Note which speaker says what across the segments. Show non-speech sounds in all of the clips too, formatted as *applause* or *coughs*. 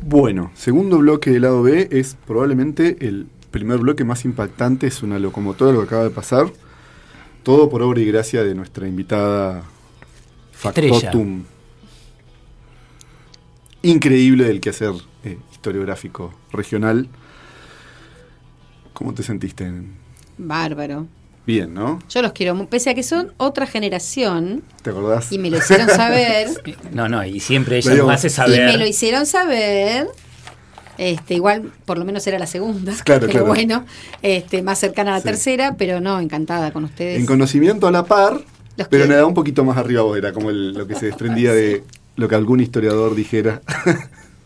Speaker 1: Bueno, segundo bloque del lado B es probablemente el primer bloque más impactante, es una locomotora lo que acaba de pasar. Todo por obra y gracia de nuestra invitada
Speaker 2: Estrella.
Speaker 1: Factotum. Increíble del quehacer eh, historiográfico regional. ¿Cómo te sentiste?
Speaker 3: Bárbaro.
Speaker 1: Bien, ¿no?
Speaker 3: Yo los quiero, mu- pese a que son otra generación
Speaker 1: ¿Te acordás?
Speaker 3: y me
Speaker 1: *laughs*
Speaker 3: lo hicieron saber.
Speaker 2: No, no, y siempre ella
Speaker 1: Medio-
Speaker 2: nos hace
Speaker 3: y me lo
Speaker 2: saber.
Speaker 3: hicieron saber. Este, igual, por lo menos era la segunda,
Speaker 1: Claro,
Speaker 3: *laughs* pero
Speaker 1: claro.
Speaker 3: bueno, este, más cercana a la
Speaker 1: Sí.
Speaker 3: tercera, pero no, encantada con ustedes.
Speaker 1: En conocimiento a la par,
Speaker 3: Los
Speaker 1: pero
Speaker 3: quiero.
Speaker 1: nada, un poquito más arriba vos, era como el- lo que se
Speaker 3: *laughs*
Speaker 1: desprendía de lo que algún historiador dijera.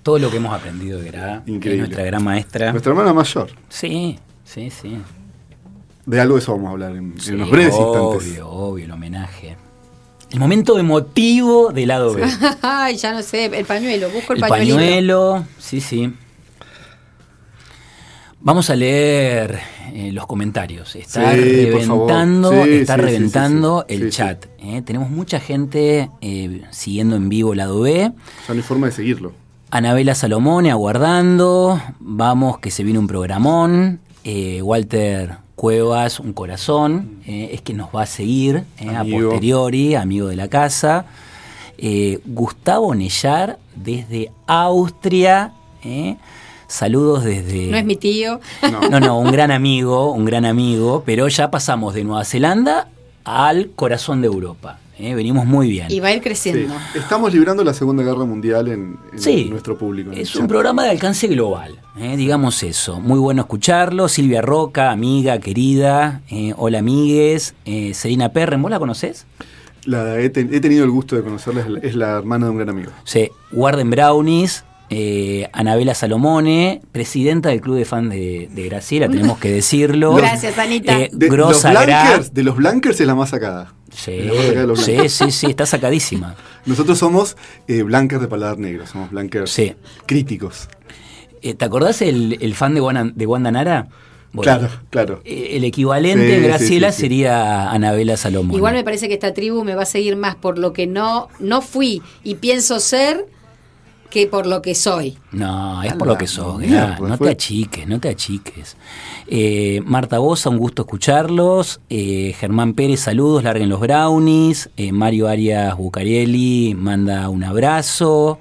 Speaker 2: Todo lo que hemos aprendido de Gra, que es
Speaker 1: Increíble. Pues
Speaker 2: nuestra gran maestra.
Speaker 1: Nuestra hermana mayor.
Speaker 2: Sí, sí, sí.
Speaker 1: De algo de eso vamos a hablar en, en
Speaker 2: Sí,
Speaker 1: unos breves
Speaker 2: obvio,
Speaker 1: instantes.
Speaker 2: Obvio, el homenaje. El momento emotivo del lado B.
Speaker 3: *laughs*
Speaker 2: *laughs*
Speaker 3: Ay, ya no sé, el pañuelo, busco el,
Speaker 2: El
Speaker 3: pañuelito.
Speaker 2: pañuelo, sí, sí. Vamos a leer eh, los comentarios. Está
Speaker 1: Sí, por favor.
Speaker 2: reventando,
Speaker 1: Sí,
Speaker 2: está
Speaker 1: sí, sí,
Speaker 2: reventando
Speaker 1: sí, sí.
Speaker 2: el
Speaker 1: Sí, sí.
Speaker 2: chat. eh. Tenemos mucha gente eh, siguiendo en vivo lado B.
Speaker 1: Ya no hay forma de seguirlo.
Speaker 2: Anabela Salomone aguardando. Vamos, que se viene un programón. Eh, Walter Cuevas, un corazón. Eh, es que nos va a seguir eh, a
Speaker 1: Amigo.
Speaker 2: posteriori, amigo de la casa. Eh, Gustavo Nellar, desde Austria. eh. Saludos desde.
Speaker 3: No es mi tío.
Speaker 1: No.
Speaker 2: *laughs* No, no, un gran amigo, un gran amigo. Pero ya pasamos de Nueva Zelanda al corazón de Europa. eh. Venimos muy bien.
Speaker 3: Y va a ir creciendo.
Speaker 1: Sí. Estamos librando la Segunda Guerra Mundial en, en
Speaker 2: Sí.
Speaker 1: nuestro público. en
Speaker 2: Es
Speaker 1: el
Speaker 2: un
Speaker 1: chat.
Speaker 2: programa de alcance global, eh, digamos eso. Muy bueno escucharlo. Silvia Roca, amiga, querida. eh, hola, amigues. Eh, Serena Perren, ¿vos la conocés?
Speaker 1: La he, ten- he tenido el gusto de conocerla, es la- es la hermana de un gran amigo.
Speaker 2: Sí, Warden Brownies. eh, Anabela Salomone, presidenta del club de fans de, de
Speaker 3: *laughs*
Speaker 2: Graciela, tenemos que decirlo. Eh,
Speaker 3: Gracias, Anita.
Speaker 1: De,
Speaker 2: grosa
Speaker 1: los
Speaker 2: Gra-
Speaker 1: Blankers, de los Blankers es la más sacada.
Speaker 2: Sí,
Speaker 1: Es la más sacada de los
Speaker 2: sí,
Speaker 1: Blankers.
Speaker 2: sí, sí, está sacadísima.
Speaker 1: Nosotros somos eh, Blankers de paladar negro, somos Blankers
Speaker 2: Sí.
Speaker 1: críticos.
Speaker 2: Eh, ¿Te acordás el, el fan de Wanda, de Wanda Nara? Bueno,
Speaker 1: Claro, claro.
Speaker 2: eh, El equivalente
Speaker 1: Sí,
Speaker 2: de
Speaker 1: sí,
Speaker 2: Graciela
Speaker 1: sí, sí.
Speaker 2: sería Anabela Salomone.
Speaker 3: Igual me parece que esta tribu me va a seguir más por lo que no, no fui y pienso ser que por lo que soy.
Speaker 2: No, es
Speaker 1: A
Speaker 2: por lo
Speaker 1: la
Speaker 2: que sos,
Speaker 1: mierda,
Speaker 2: Gra, no
Speaker 1: pues fue-
Speaker 2: te achiques, no te achiques. Eh, Marta Bosa, un gusto escucharlos. Eh, Germán Pérez, saludos, larguen los brownies. Eh, Mario Arias Bucarielli manda un abrazo.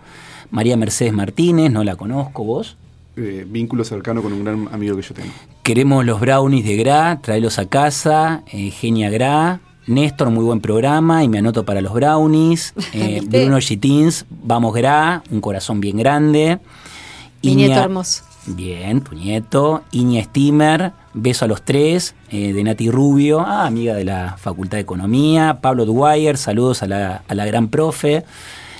Speaker 2: María Mercedes Martínez, no la conozco vos.
Speaker 1: Eh, vínculo cercano con un gran amigo que yo tengo.
Speaker 2: Queremos los brownies de Gra, tráelos a casa. Eh, Genia Gra. Néstor, muy buen programa y me anoto para los
Speaker 3: *laughs*
Speaker 2: brownies. Eh,
Speaker 3: ¿Viste?
Speaker 2: Bruno Gitins, vamos Gra, un corazón bien grande.
Speaker 3: Mi nieto
Speaker 2: Iña-
Speaker 3: hermoso.
Speaker 2: Bien, tu nieto. Iña Steamer, beso a los tres, eh, de Nati Rubio, ah, amiga de la Facultad de Economía. Pablo Dwyer, saludos a la, a la gran profe.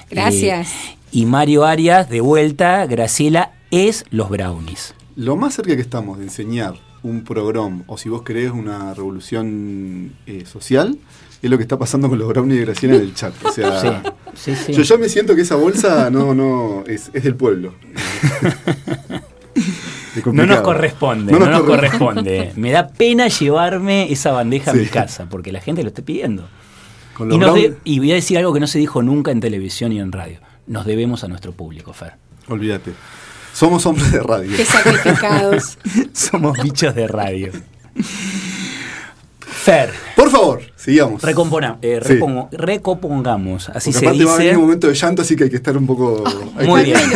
Speaker 3: Gracias.
Speaker 2: Eh, y Mario Arias, de vuelta, Graciela es los brownies.
Speaker 1: Lo más cerca que estamos de enseñar un programa, o si vos querés una revolución eh, social, es lo que está pasando con los brownies de Graciela en el chat. O sea,
Speaker 2: Sí, sí, sí.
Speaker 1: yo ya me siento que esa bolsa no, no, es, es del pueblo.
Speaker 2: *laughs*
Speaker 1: Es
Speaker 2: No nos
Speaker 1: complicado.
Speaker 2: corresponde,
Speaker 1: No
Speaker 2: no
Speaker 1: nos
Speaker 2: nos,
Speaker 1: corre-
Speaker 2: corresponde. Me da pena llevarme esa bandeja
Speaker 1: Sí.
Speaker 2: a mi casa, porque la gente lo está pidiendo.
Speaker 1: Con los
Speaker 2: Y, nos de-
Speaker 1: brownies-
Speaker 2: y voy a decir algo que no se dijo nunca en televisión y en radio. Nos debemos a nuestro público,
Speaker 1: *laughs*
Speaker 2: Fer.
Speaker 1: Olvídate. Somos hombres de radio. *laughs*
Speaker 3: Qué sacrificados.
Speaker 2: Somos bichos de radio. Fer,
Speaker 1: Por favor, sigamos.
Speaker 2: recompona- eh,
Speaker 1: Sí.
Speaker 2: repongo- recopongamos, así
Speaker 1: Porque
Speaker 2: se
Speaker 1: aparte va a venir
Speaker 2: dice.
Speaker 1: un momento de llanto, así que hay que estar un poco. hay
Speaker 2: Muy
Speaker 1: que-
Speaker 2: bien.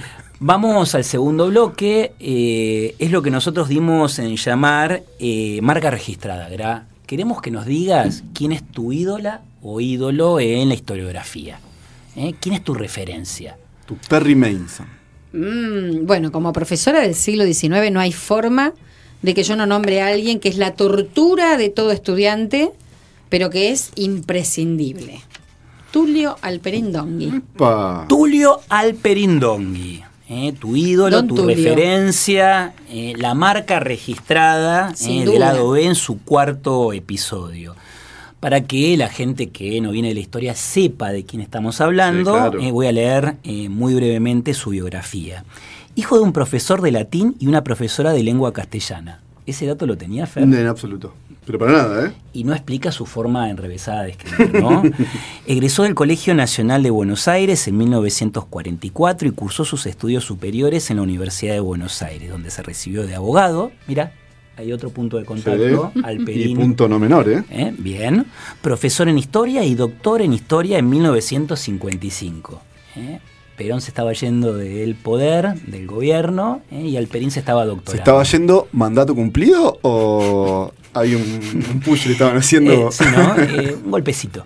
Speaker 2: *laughs* Vamos al segundo bloque. eh, es lo que nosotros dimos en llamar eh, marca registrada, Gra. Queremos que nos digas quién es tu ídola o ídolo en la historiografía. ¿Eh? ¿Quién es tu referencia?
Speaker 1: Tu Perry Mason.
Speaker 3: Mm, bueno, como profesora del siglo XIX no hay forma de que yo no nombre a alguien que es la tortura de todo estudiante, pero que es imprescindible. Tulio Alperindongui.
Speaker 1: Pa.
Speaker 2: Tulio Alperindongui, eh, tu ídolo,
Speaker 3: Don
Speaker 2: tu
Speaker 3: Tulio.
Speaker 2: referencia, eh, la marca registrada
Speaker 3: Sin
Speaker 2: eh,
Speaker 3: duda.
Speaker 2: del lado B en su cuarto episodio. Para que la gente que no viene de la historia sepa de quién estamos hablando,
Speaker 1: Sí, claro.
Speaker 2: eh, voy a leer eh, muy brevemente su biografía. Hijo de un profesor de latín y una profesora de lengua castellana. ¿Ese dato lo tenía Fer?
Speaker 1: En absoluto. Pero para nada, ¿eh?
Speaker 2: y no explica su forma enrevesada de
Speaker 1: *laughs*
Speaker 2: escribir, ¿no? Egresó del Colegio Nacional de Buenos Aires en 1944 y cursó sus estudios superiores en la Universidad de Buenos Aires, donde se recibió de abogado. Mira, hay otro punto de contacto,
Speaker 1: *laughs* Y
Speaker 2: Alperín.
Speaker 1: punto no menor, ¿eh?
Speaker 2: ¿Eh? Bien. Profesor en historia y doctor en historia en 1955. ¿eh? Perón se estaba yendo del poder, del gobierno, ¿eh? y Alperín se estaba doctorando.
Speaker 1: ¿Se estaba yendo mandato cumplido o hay un, un push le estaban haciendo?
Speaker 2: Eh, sí, ¿no? Eh, un golpecito.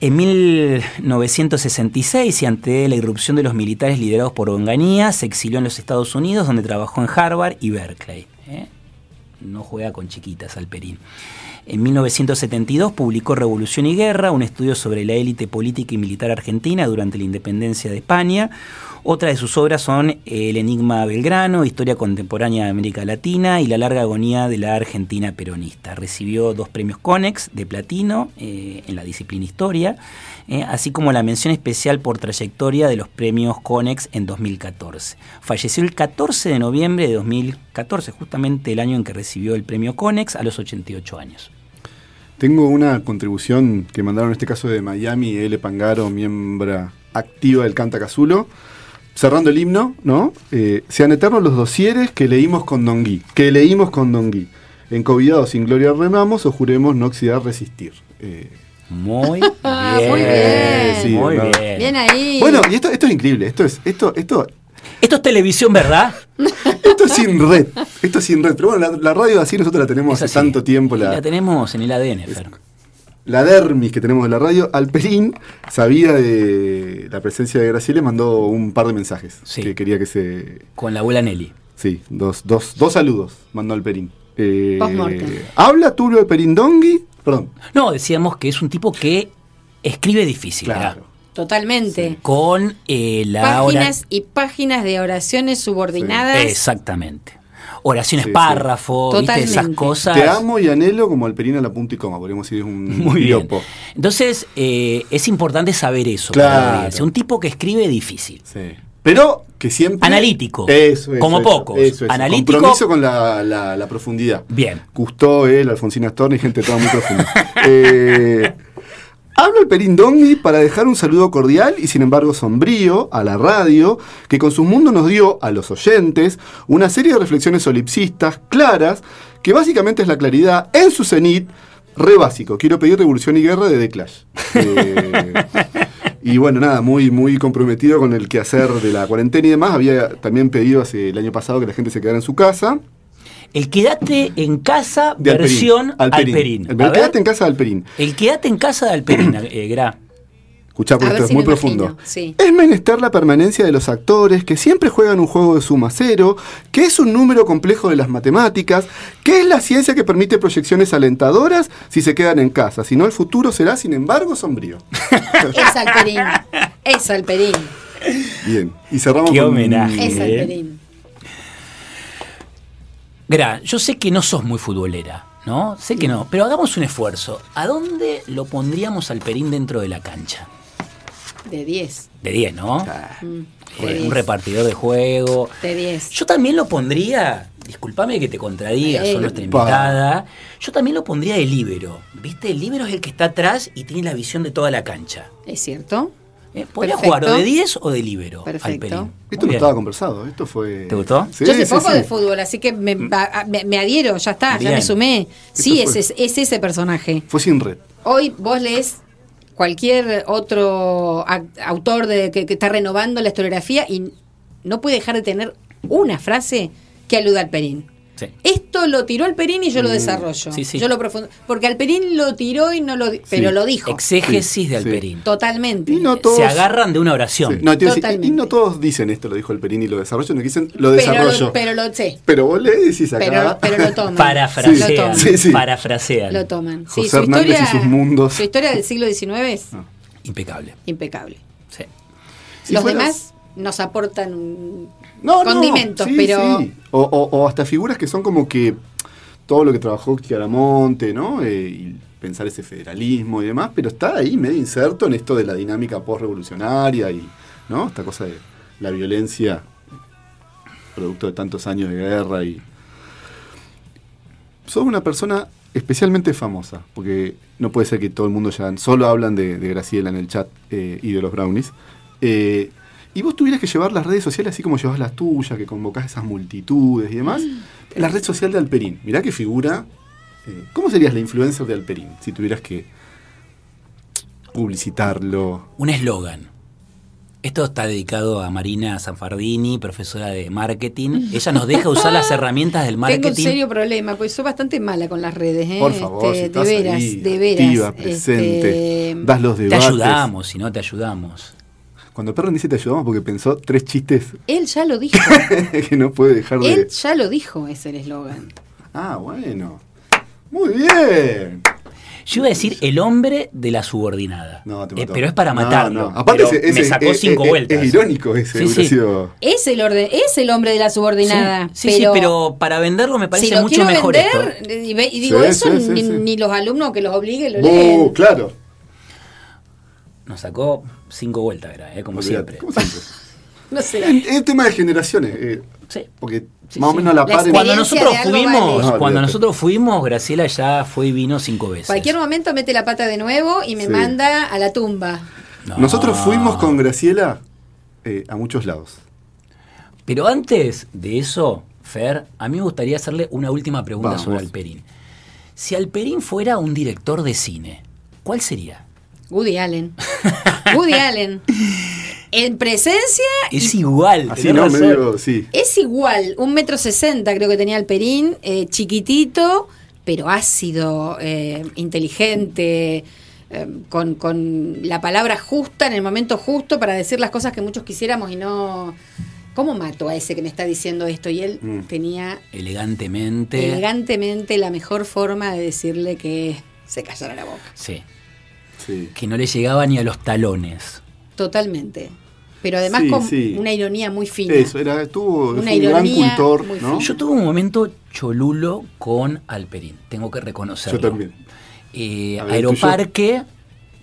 Speaker 2: En 1966, y ante la irrupción de los militares liderados por Onganía, se exilió en los Estados Unidos, donde trabajó en Harvard y Berkeley. ¿eh? No juega con chiquitas Alperín. En 1972 publicó Revolución y Guerra, un estudio sobre la élite política y militar argentina durante la independencia de España. Otra de sus obras son eh, El Enigma de Belgrano, Historia Contemporánea de América Latina y La larga agonía de la Argentina peronista. Recibió dos premios CONEX de platino eh, en la disciplina Historia, eh, así como la mención especial por trayectoria de los premios CONEX en 2014. Falleció el 14 de noviembre de 2014, justamente el año en que recibió el premio CONEX a los 88 años.
Speaker 1: Tengo una contribución que mandaron en este caso de Miami, L. Pangaro, miembro activa del Canta Cazulo. Cerrando el himno, ¿no? Eh, sean eternos los dosieres que leímos con Don Gui. Que leímos con Don Gui. Encobidados sin gloria remamos o juremos no oxidar resistir. Eh, *laughs*
Speaker 2: Muy bien.
Speaker 3: Ah, Muy bien.
Speaker 1: Sí,
Speaker 2: Muy
Speaker 1: claro.
Speaker 2: bien.
Speaker 3: Bien ahí.
Speaker 1: Bueno, y esto, esto es increíble. Esto es, esto, esto,
Speaker 2: Esto es televisión, ¿verdad?
Speaker 1: esto es sin red. Esto es sin red. Pero bueno, la, la radio así nosotros la tenemos hace
Speaker 2: Es así.
Speaker 1: tanto tiempo.
Speaker 2: Y
Speaker 1: La,
Speaker 2: la tenemos en el ADN, Fer.
Speaker 1: la dermis que tenemos de la radio, Alperín sabía de la presencia de Graciela y mandó un par de mensajes
Speaker 2: Sí.
Speaker 1: que quería que se...
Speaker 2: Con la abuela Nelly.
Speaker 1: Sí, dos, dos, dos saludos mandó Alperín. Eh,
Speaker 3: Postmortem.
Speaker 1: ¿Habla Tulio Alperín Dongui? Perdón.
Speaker 2: No, decíamos que es un tipo que escribe difícil, ¿verdad?
Speaker 3: Totalmente.
Speaker 2: Con eh, la hora.
Speaker 3: Páginas y páginas de oraciones subordinadas.
Speaker 2: Exactamente. Oraciones
Speaker 1: Sí, sí.
Speaker 2: párrafo, ¿viste?
Speaker 3: Totalmente.
Speaker 2: esas cosas.
Speaker 1: Te amo y anhelo como Alperín a la punta y coma, podríamos decir, es un
Speaker 2: *laughs* Muy bien.
Speaker 1: piropo.
Speaker 2: Entonces, eh, es importante saber eso. para
Speaker 1: Claro.
Speaker 2: la audiencia. Un tipo que escribe difícil.
Speaker 1: Sí. Pero que siempre...
Speaker 2: Analítico.
Speaker 1: Eso, eso,
Speaker 2: Como
Speaker 1: eso,
Speaker 2: pocos.
Speaker 1: Eso, eso.
Speaker 2: Analítico.
Speaker 1: Compromiso con la, la- la profundidad.
Speaker 2: Bien.
Speaker 1: Custó él, Alfonsina Storni, gente toda muy profunda. *laughs* Eh, habla el Perindongi para dejar un saludo cordial y sin embargo sombrío a la radio, que con su mundo nos dio a los oyentes una serie de reflexiones solipsistas claras, que básicamente es la claridad en su cenit, re básico. Quiero pedir revolución y guerra de The Clash. Eh, y bueno, nada, muy, muy comprometido con el quehacer de la cuarentena y demás. Había también pedido hace el año pasado que la gente se quedara en su casa.
Speaker 2: El quédate en casa,
Speaker 1: De Alperín.
Speaker 2: versión Alperín.
Speaker 1: El
Speaker 2: A ver,
Speaker 1: quédate en casa de Alperín.
Speaker 2: el quédate en casa de Alperín, *coughs* eh, Gra.
Speaker 1: Escuchá,
Speaker 3: A
Speaker 1: porque
Speaker 3: ver
Speaker 1: esto
Speaker 3: si
Speaker 1: es muy
Speaker 3: me imagino,
Speaker 1: profundo.
Speaker 3: sí.
Speaker 1: Es menester la permanencia de los actores que siempre juegan un juego de suma cero, que es un número complejo de las matemáticas, que es la ciencia que permite proyecciones alentadoras si se quedan en casa. Si no, el futuro será, sin embargo,
Speaker 3: *laughs*
Speaker 1: sombrío.
Speaker 3: Es Alperín. Es Alperín.
Speaker 1: Bien. Y cerramos
Speaker 2: Qué
Speaker 1: con-
Speaker 2: homenaje.
Speaker 3: Es
Speaker 2: Bien.
Speaker 3: Alperín.
Speaker 2: Gra, yo sé que no sos muy futbolera, ¿no? Sé que no, pero hagamos un esfuerzo. ¿A dónde lo pondríamos al Perín dentro de la cancha?
Speaker 3: De 10.
Speaker 2: De 10, ¿no?
Speaker 3: Mm,
Speaker 2: Eh,
Speaker 3: De
Speaker 2: un
Speaker 3: 10.
Speaker 2: repartidor de juego.
Speaker 3: De 10.
Speaker 2: Yo también lo pondría, discúlpame que te contradiga,
Speaker 3: Ey.
Speaker 2: soy nuestra
Speaker 1: Epa.
Speaker 2: invitada. Yo también lo pondría de líbero. ¿Viste? El líbero es el que está atrás y tiene la visión de toda la cancha.
Speaker 3: ¿Es cierto?
Speaker 2: Eh, Podría
Speaker 3: Perfecto.
Speaker 2: jugar o de 10 o de líbero al
Speaker 3: Perfecto.
Speaker 2: Perín.
Speaker 1: Esto no
Speaker 2: Muy
Speaker 1: estaba
Speaker 2: bien.
Speaker 1: conversado, esto fue...
Speaker 2: ¿Te gustó?
Speaker 1: Sí,
Speaker 3: Yo sé
Speaker 1: sí,
Speaker 3: poco
Speaker 1: sí. Mm.
Speaker 3: de fútbol, así que me, a- a- me- me adhiero, ya está, ya
Speaker 2: Bien.
Speaker 3: me sumé. Sí,
Speaker 1: Esto
Speaker 3: es,
Speaker 1: fue-
Speaker 3: es, es ese personaje.
Speaker 1: Fue sin red.
Speaker 3: Hoy vos lees cualquier otro ac- autor de, que, que está renovando la historiografía y no puede dejar de tener una frase que alude al Perín.
Speaker 2: Sí.
Speaker 3: Esto lo tiró Alperín y yo
Speaker 1: Mm.
Speaker 3: lo desarrollo.
Speaker 2: Sí, sí.
Speaker 3: Yo lo profundo, porque Alperín lo tiró y no lo di- pero lo dijo.
Speaker 2: Exégesis
Speaker 1: Sí,
Speaker 2: de
Speaker 1: sí.
Speaker 2: Alperín.
Speaker 3: Totalmente.
Speaker 1: Y no todos...
Speaker 2: Se agarran de una
Speaker 1: Sí.
Speaker 2: oración.
Speaker 1: No, te iba a decir,
Speaker 3: Totalmente.
Speaker 1: y no todos dicen esto, lo dijo el Perín y lo desarrollo, sino que dicen lo
Speaker 3: pero,
Speaker 1: desarrollo.
Speaker 3: lo, pero lo sé.
Speaker 1: Pero vos le decís
Speaker 3: Pero,
Speaker 1: acá.
Speaker 3: pero lo toman. Lo
Speaker 2: Parafrasean.
Speaker 3: toman.
Speaker 1: Sí, sí.
Speaker 2: Parafrasean.
Speaker 3: Lo toman. Sí,
Speaker 1: José
Speaker 3: su
Speaker 1: Hernández
Speaker 3: historia,
Speaker 1: y sus mundos. Ah.
Speaker 3: Su historia del siglo XIX es
Speaker 1: No.
Speaker 2: Impecable.
Speaker 3: impecable.
Speaker 2: Sí.
Speaker 1: *laughs* Si
Speaker 3: Los
Speaker 1: fueras-
Speaker 3: demás nos aportan un
Speaker 1: No, no,
Speaker 3: condimentos,
Speaker 1: sí,
Speaker 3: pero
Speaker 1: sí. O, o- o hasta figuras que son como que todo lo que trabajó Chiaramonte, ¿no? Eh, y pensar ese federalismo y demás, pero está ahí medio inserto en esto de la dinámica postrevolucionaria y, ¿no? Esta cosa de la violencia producto de tantos años de guerra y... Sos una persona especialmente famosa, porque no puede ser que todo el mundo ya solo hablan de, de Graciela en el chat eh, y de los brownies. Eh, y vos tuvieras que llevar las redes sociales así como llevas las tuyas, que convocás esas multitudes y demás.
Speaker 3: Mm.
Speaker 1: La red social de Alperín, mirá qué figura. eh, ¿Cómo serías la influencer de Alperín si tuvieras que publicitarlo?
Speaker 2: Un eslogan. Esto está dedicado a Marina Sanfardini, profesora de marketing. Ella nos deja usar las herramientas del
Speaker 3: Tengo un
Speaker 2: marketing.
Speaker 3: serio problema, pues soy bastante mala con las redes, ¿eh?
Speaker 1: Por favor,
Speaker 3: Este,
Speaker 1: si estás
Speaker 3: de veras,
Speaker 1: ahí,
Speaker 3: de veras.
Speaker 1: activa, presente,
Speaker 3: este,
Speaker 1: das los
Speaker 2: te
Speaker 1: debates.
Speaker 2: ayudamos, si no te ayudamos.
Speaker 1: Cuando Perron dice te ayudamos porque pensó tres chistes
Speaker 3: él ya lo
Speaker 1: *laughs*
Speaker 3: dijo.
Speaker 1: que no puede dejar de...
Speaker 3: él ya lo dijo, es el eslogan.
Speaker 1: Ah, bueno. Muy bien.
Speaker 2: Yo iba a decir el hombre de la subordinada.
Speaker 1: No, te
Speaker 2: Eh,
Speaker 1: mató.
Speaker 2: pero es para
Speaker 1: No,
Speaker 2: matarlo.
Speaker 1: no. Aparte,
Speaker 2: Pero
Speaker 1: ese- ese-
Speaker 2: me sacó
Speaker 1: es-
Speaker 2: cinco
Speaker 1: es-
Speaker 2: vueltas.
Speaker 1: Es irónico ese.
Speaker 2: Sí,
Speaker 1: hubiera
Speaker 2: sí.
Speaker 1: sido-
Speaker 3: Es el orden, es el hombre de la
Speaker 2: Sí,
Speaker 3: subordinada.
Speaker 2: sí, sí, pero para venderlo me
Speaker 3: si
Speaker 2: parece
Speaker 3: lo
Speaker 2: mucho
Speaker 3: quiero
Speaker 2: mejor
Speaker 3: vender,
Speaker 2: esto.
Speaker 3: y, ve- y digo,
Speaker 1: Sí,
Speaker 3: eso
Speaker 1: sí, sí,
Speaker 3: ni,
Speaker 1: sí.
Speaker 3: ni los alumnos que los obliguen lo
Speaker 1: Oh,
Speaker 3: leen.
Speaker 1: claro.
Speaker 2: Nos sacó cinco vueltas, era, eh, como
Speaker 1: Olvídate,
Speaker 2: siempre.
Speaker 1: Como
Speaker 2: *laughs*
Speaker 1: siempre. *laughs*
Speaker 3: No sé.
Speaker 1: Es es tema de generaciones. eh,
Speaker 2: Sí.
Speaker 1: porque
Speaker 2: Sí,
Speaker 1: más o
Speaker 2: sí.
Speaker 1: menos a la
Speaker 3: La
Speaker 1: par.
Speaker 2: Cuando
Speaker 3: experiencia
Speaker 2: nosotros
Speaker 3: de algo
Speaker 2: fuimos,
Speaker 1: vale. No,
Speaker 2: cuando
Speaker 1: olvídate.
Speaker 2: nosotros fuimos, Graciela ya fue y vino cinco veces.
Speaker 3: Cualquier momento mete la pata de nuevo y me
Speaker 1: Sí.
Speaker 3: manda a la tumba.
Speaker 2: No.
Speaker 1: Nosotros fuimos con Graciela eh, a muchos lados.
Speaker 2: Pero antes de eso, Fer, a mí me gustaría hacerle una última pregunta
Speaker 1: Vamos.
Speaker 2: sobre Alperín. Si Alperín fuera un director de cine, ¿cuál sería?
Speaker 1: *laughs*
Speaker 3: Woody Allen. Woody Allen. En presencia
Speaker 2: Es igual.
Speaker 1: Así
Speaker 2: tenés
Speaker 1: no,
Speaker 2: razón.
Speaker 1: me digo, sí.
Speaker 3: es igual, un metro sesenta creo que tenía el Perín, eh, chiquitito, pero ácido, eh, inteligente, eh, con, con la palabra justa en el momento justo para decir las cosas que muchos quisiéramos y no... ¿Cómo mato a ese que me está diciendo esto? Y él
Speaker 1: Mm.
Speaker 3: tenía
Speaker 2: Elegantemente.
Speaker 3: elegantemente la mejor forma de decirle que se callara la boca.
Speaker 2: Sí.
Speaker 1: sí.
Speaker 2: Que no le llegaba ni a los talones.
Speaker 3: Totalmente. Pero además
Speaker 1: Sí,
Speaker 3: con
Speaker 1: sí.
Speaker 3: una ironía muy fina.
Speaker 1: Eso, era, estuvo
Speaker 3: Una
Speaker 1: fue un gran
Speaker 3: ironía
Speaker 1: cultor,
Speaker 3: muy
Speaker 1: ¿no?
Speaker 3: fina.
Speaker 2: Yo tuve un momento cholulo con Alperín. Tengo que reconocerlo.
Speaker 1: Yo también.
Speaker 2: Eh,
Speaker 1: A ver,
Speaker 2: Aeroparque,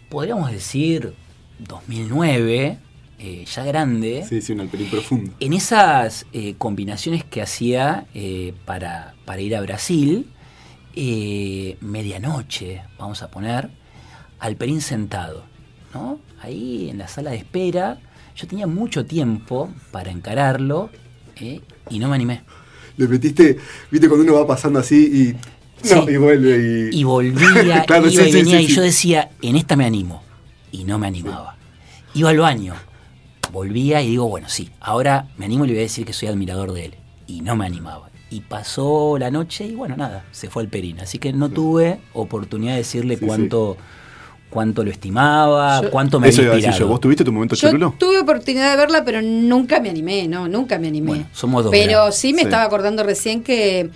Speaker 2: podríamos decir 2009, eh, ya grande.
Speaker 1: Sí, sí, un alperín profundo.
Speaker 2: En esas eh, combinaciones que hacía eh, para, para ir a Brasil, eh, medianoche, vamos a poner, Alperín sentado, ¿no? Ahí en la sala de espera, yo tenía mucho tiempo para encararlo eh, y no me animé.
Speaker 1: Le metiste, viste, cuando uno va pasando así y. No,
Speaker 2: Sí.
Speaker 1: y vuelve y.
Speaker 2: Y volvía,
Speaker 1: *laughs* Claro,
Speaker 2: iba
Speaker 1: sí,
Speaker 2: y
Speaker 1: sí,
Speaker 2: venía,
Speaker 1: sí,
Speaker 2: y
Speaker 1: sí.
Speaker 2: yo decía, en esta me animo. Y no me animaba. Iba al baño, volvía y digo, bueno, sí, ahora me animo y le voy a decir que soy admirador de él. Y no me animaba. Y pasó la noche y bueno, nada, se fue al Perín. Así que no tuve oportunidad de decirle
Speaker 1: Sí,
Speaker 2: cuánto, cuánto lo estimaba,
Speaker 3: Yo-
Speaker 2: cuánto me
Speaker 1: Eso
Speaker 2: había
Speaker 1: iba a decir yo.
Speaker 2: inspirado.
Speaker 1: ¿Vos tuviste tu momento
Speaker 3: Yo
Speaker 1: cholulo?
Speaker 3: tuve oportunidad de verla, pero nunca me animé, no, nunca me animé.
Speaker 2: Bueno, somos dos,
Speaker 3: Pero
Speaker 2: ¿verdad?
Speaker 3: sí me
Speaker 1: Sí.
Speaker 3: estaba acordando recién que.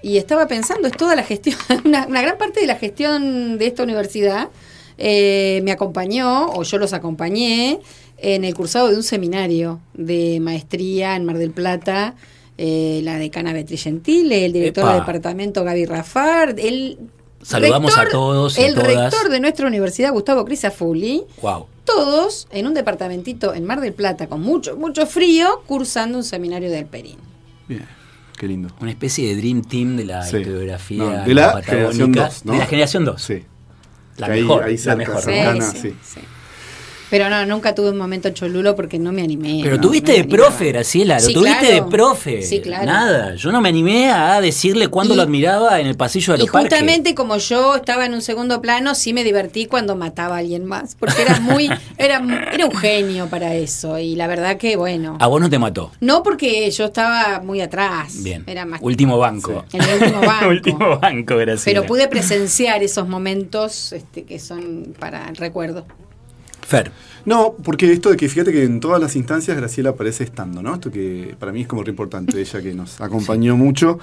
Speaker 3: Y estaba pensando, es toda la gestión, *laughs* una, una gran parte de la gestión de esta universidad eh, me acompañó, o yo los acompañé, en el cursado de un seminario de maestría en Mar del Plata. eh, la decana Beatriz Gentile, el director
Speaker 2: Epa.
Speaker 3: del departamento Gaby Rafar, el
Speaker 2: Saludamos a
Speaker 3: rector-
Speaker 2: todos y a
Speaker 3: el
Speaker 2: todas.
Speaker 3: rector de nuestra universidad, Gustavo Crisafulli,
Speaker 2: Wow.
Speaker 3: todos en un departamentito en Mar del Plata con mucho, mucho frío, cursando un seminario del Perín.
Speaker 1: Bien. Qué lindo.
Speaker 2: Una especie de Dream Team de la
Speaker 1: Sí.
Speaker 2: historiografía
Speaker 1: No, de la
Speaker 2: patagónica.
Speaker 1: generación 2, ¿no?
Speaker 2: De la generación 2.
Speaker 1: Sí.
Speaker 2: La
Speaker 1: Ahí-
Speaker 2: mejor,
Speaker 1: ahí
Speaker 2: la
Speaker 1: cerca,
Speaker 2: mejor.
Speaker 1: Ah, Sí,
Speaker 2: ¿no?
Speaker 1: Rocana, sí.
Speaker 3: Pero no, nunca tuve un momento cholulo porque no me animé.
Speaker 2: Pero
Speaker 3: no,
Speaker 2: tuviste
Speaker 3: no me
Speaker 2: de profe,
Speaker 3: animaba.
Speaker 2: Graciela, lo
Speaker 3: Sí,
Speaker 2: tuviste
Speaker 3: claro.
Speaker 2: de profe.
Speaker 3: Sí, claro.
Speaker 2: Nada, yo no me animé a decirle cuándo
Speaker 3: Y-
Speaker 2: lo admiraba en el pasillo de
Speaker 3: Y
Speaker 2: los parques.
Speaker 3: justamente como yo estaba en un segundo plano, sí me divertí cuando mataba a alguien más, porque era
Speaker 2: *laughs*
Speaker 3: muy, era, era un genio para eso. Y la verdad que, bueno,
Speaker 2: A vos no te mató.
Speaker 3: no porque yo estaba muy atrás,
Speaker 2: Bien.
Speaker 3: era más
Speaker 2: Último banco.
Speaker 3: Sí.
Speaker 2: *laughs*
Speaker 3: El último banco.
Speaker 2: último banco, Graciela.
Speaker 3: Pero pude presenciar esos momentos este, que son para el recuerdo.
Speaker 2: Fer,
Speaker 1: No, porque esto de que fíjate que en todas las instancias Graciela aparece estando, ¿no? Esto que para mí es como re
Speaker 2: *laughs*
Speaker 1: importante, ella que nos acompañó mucho.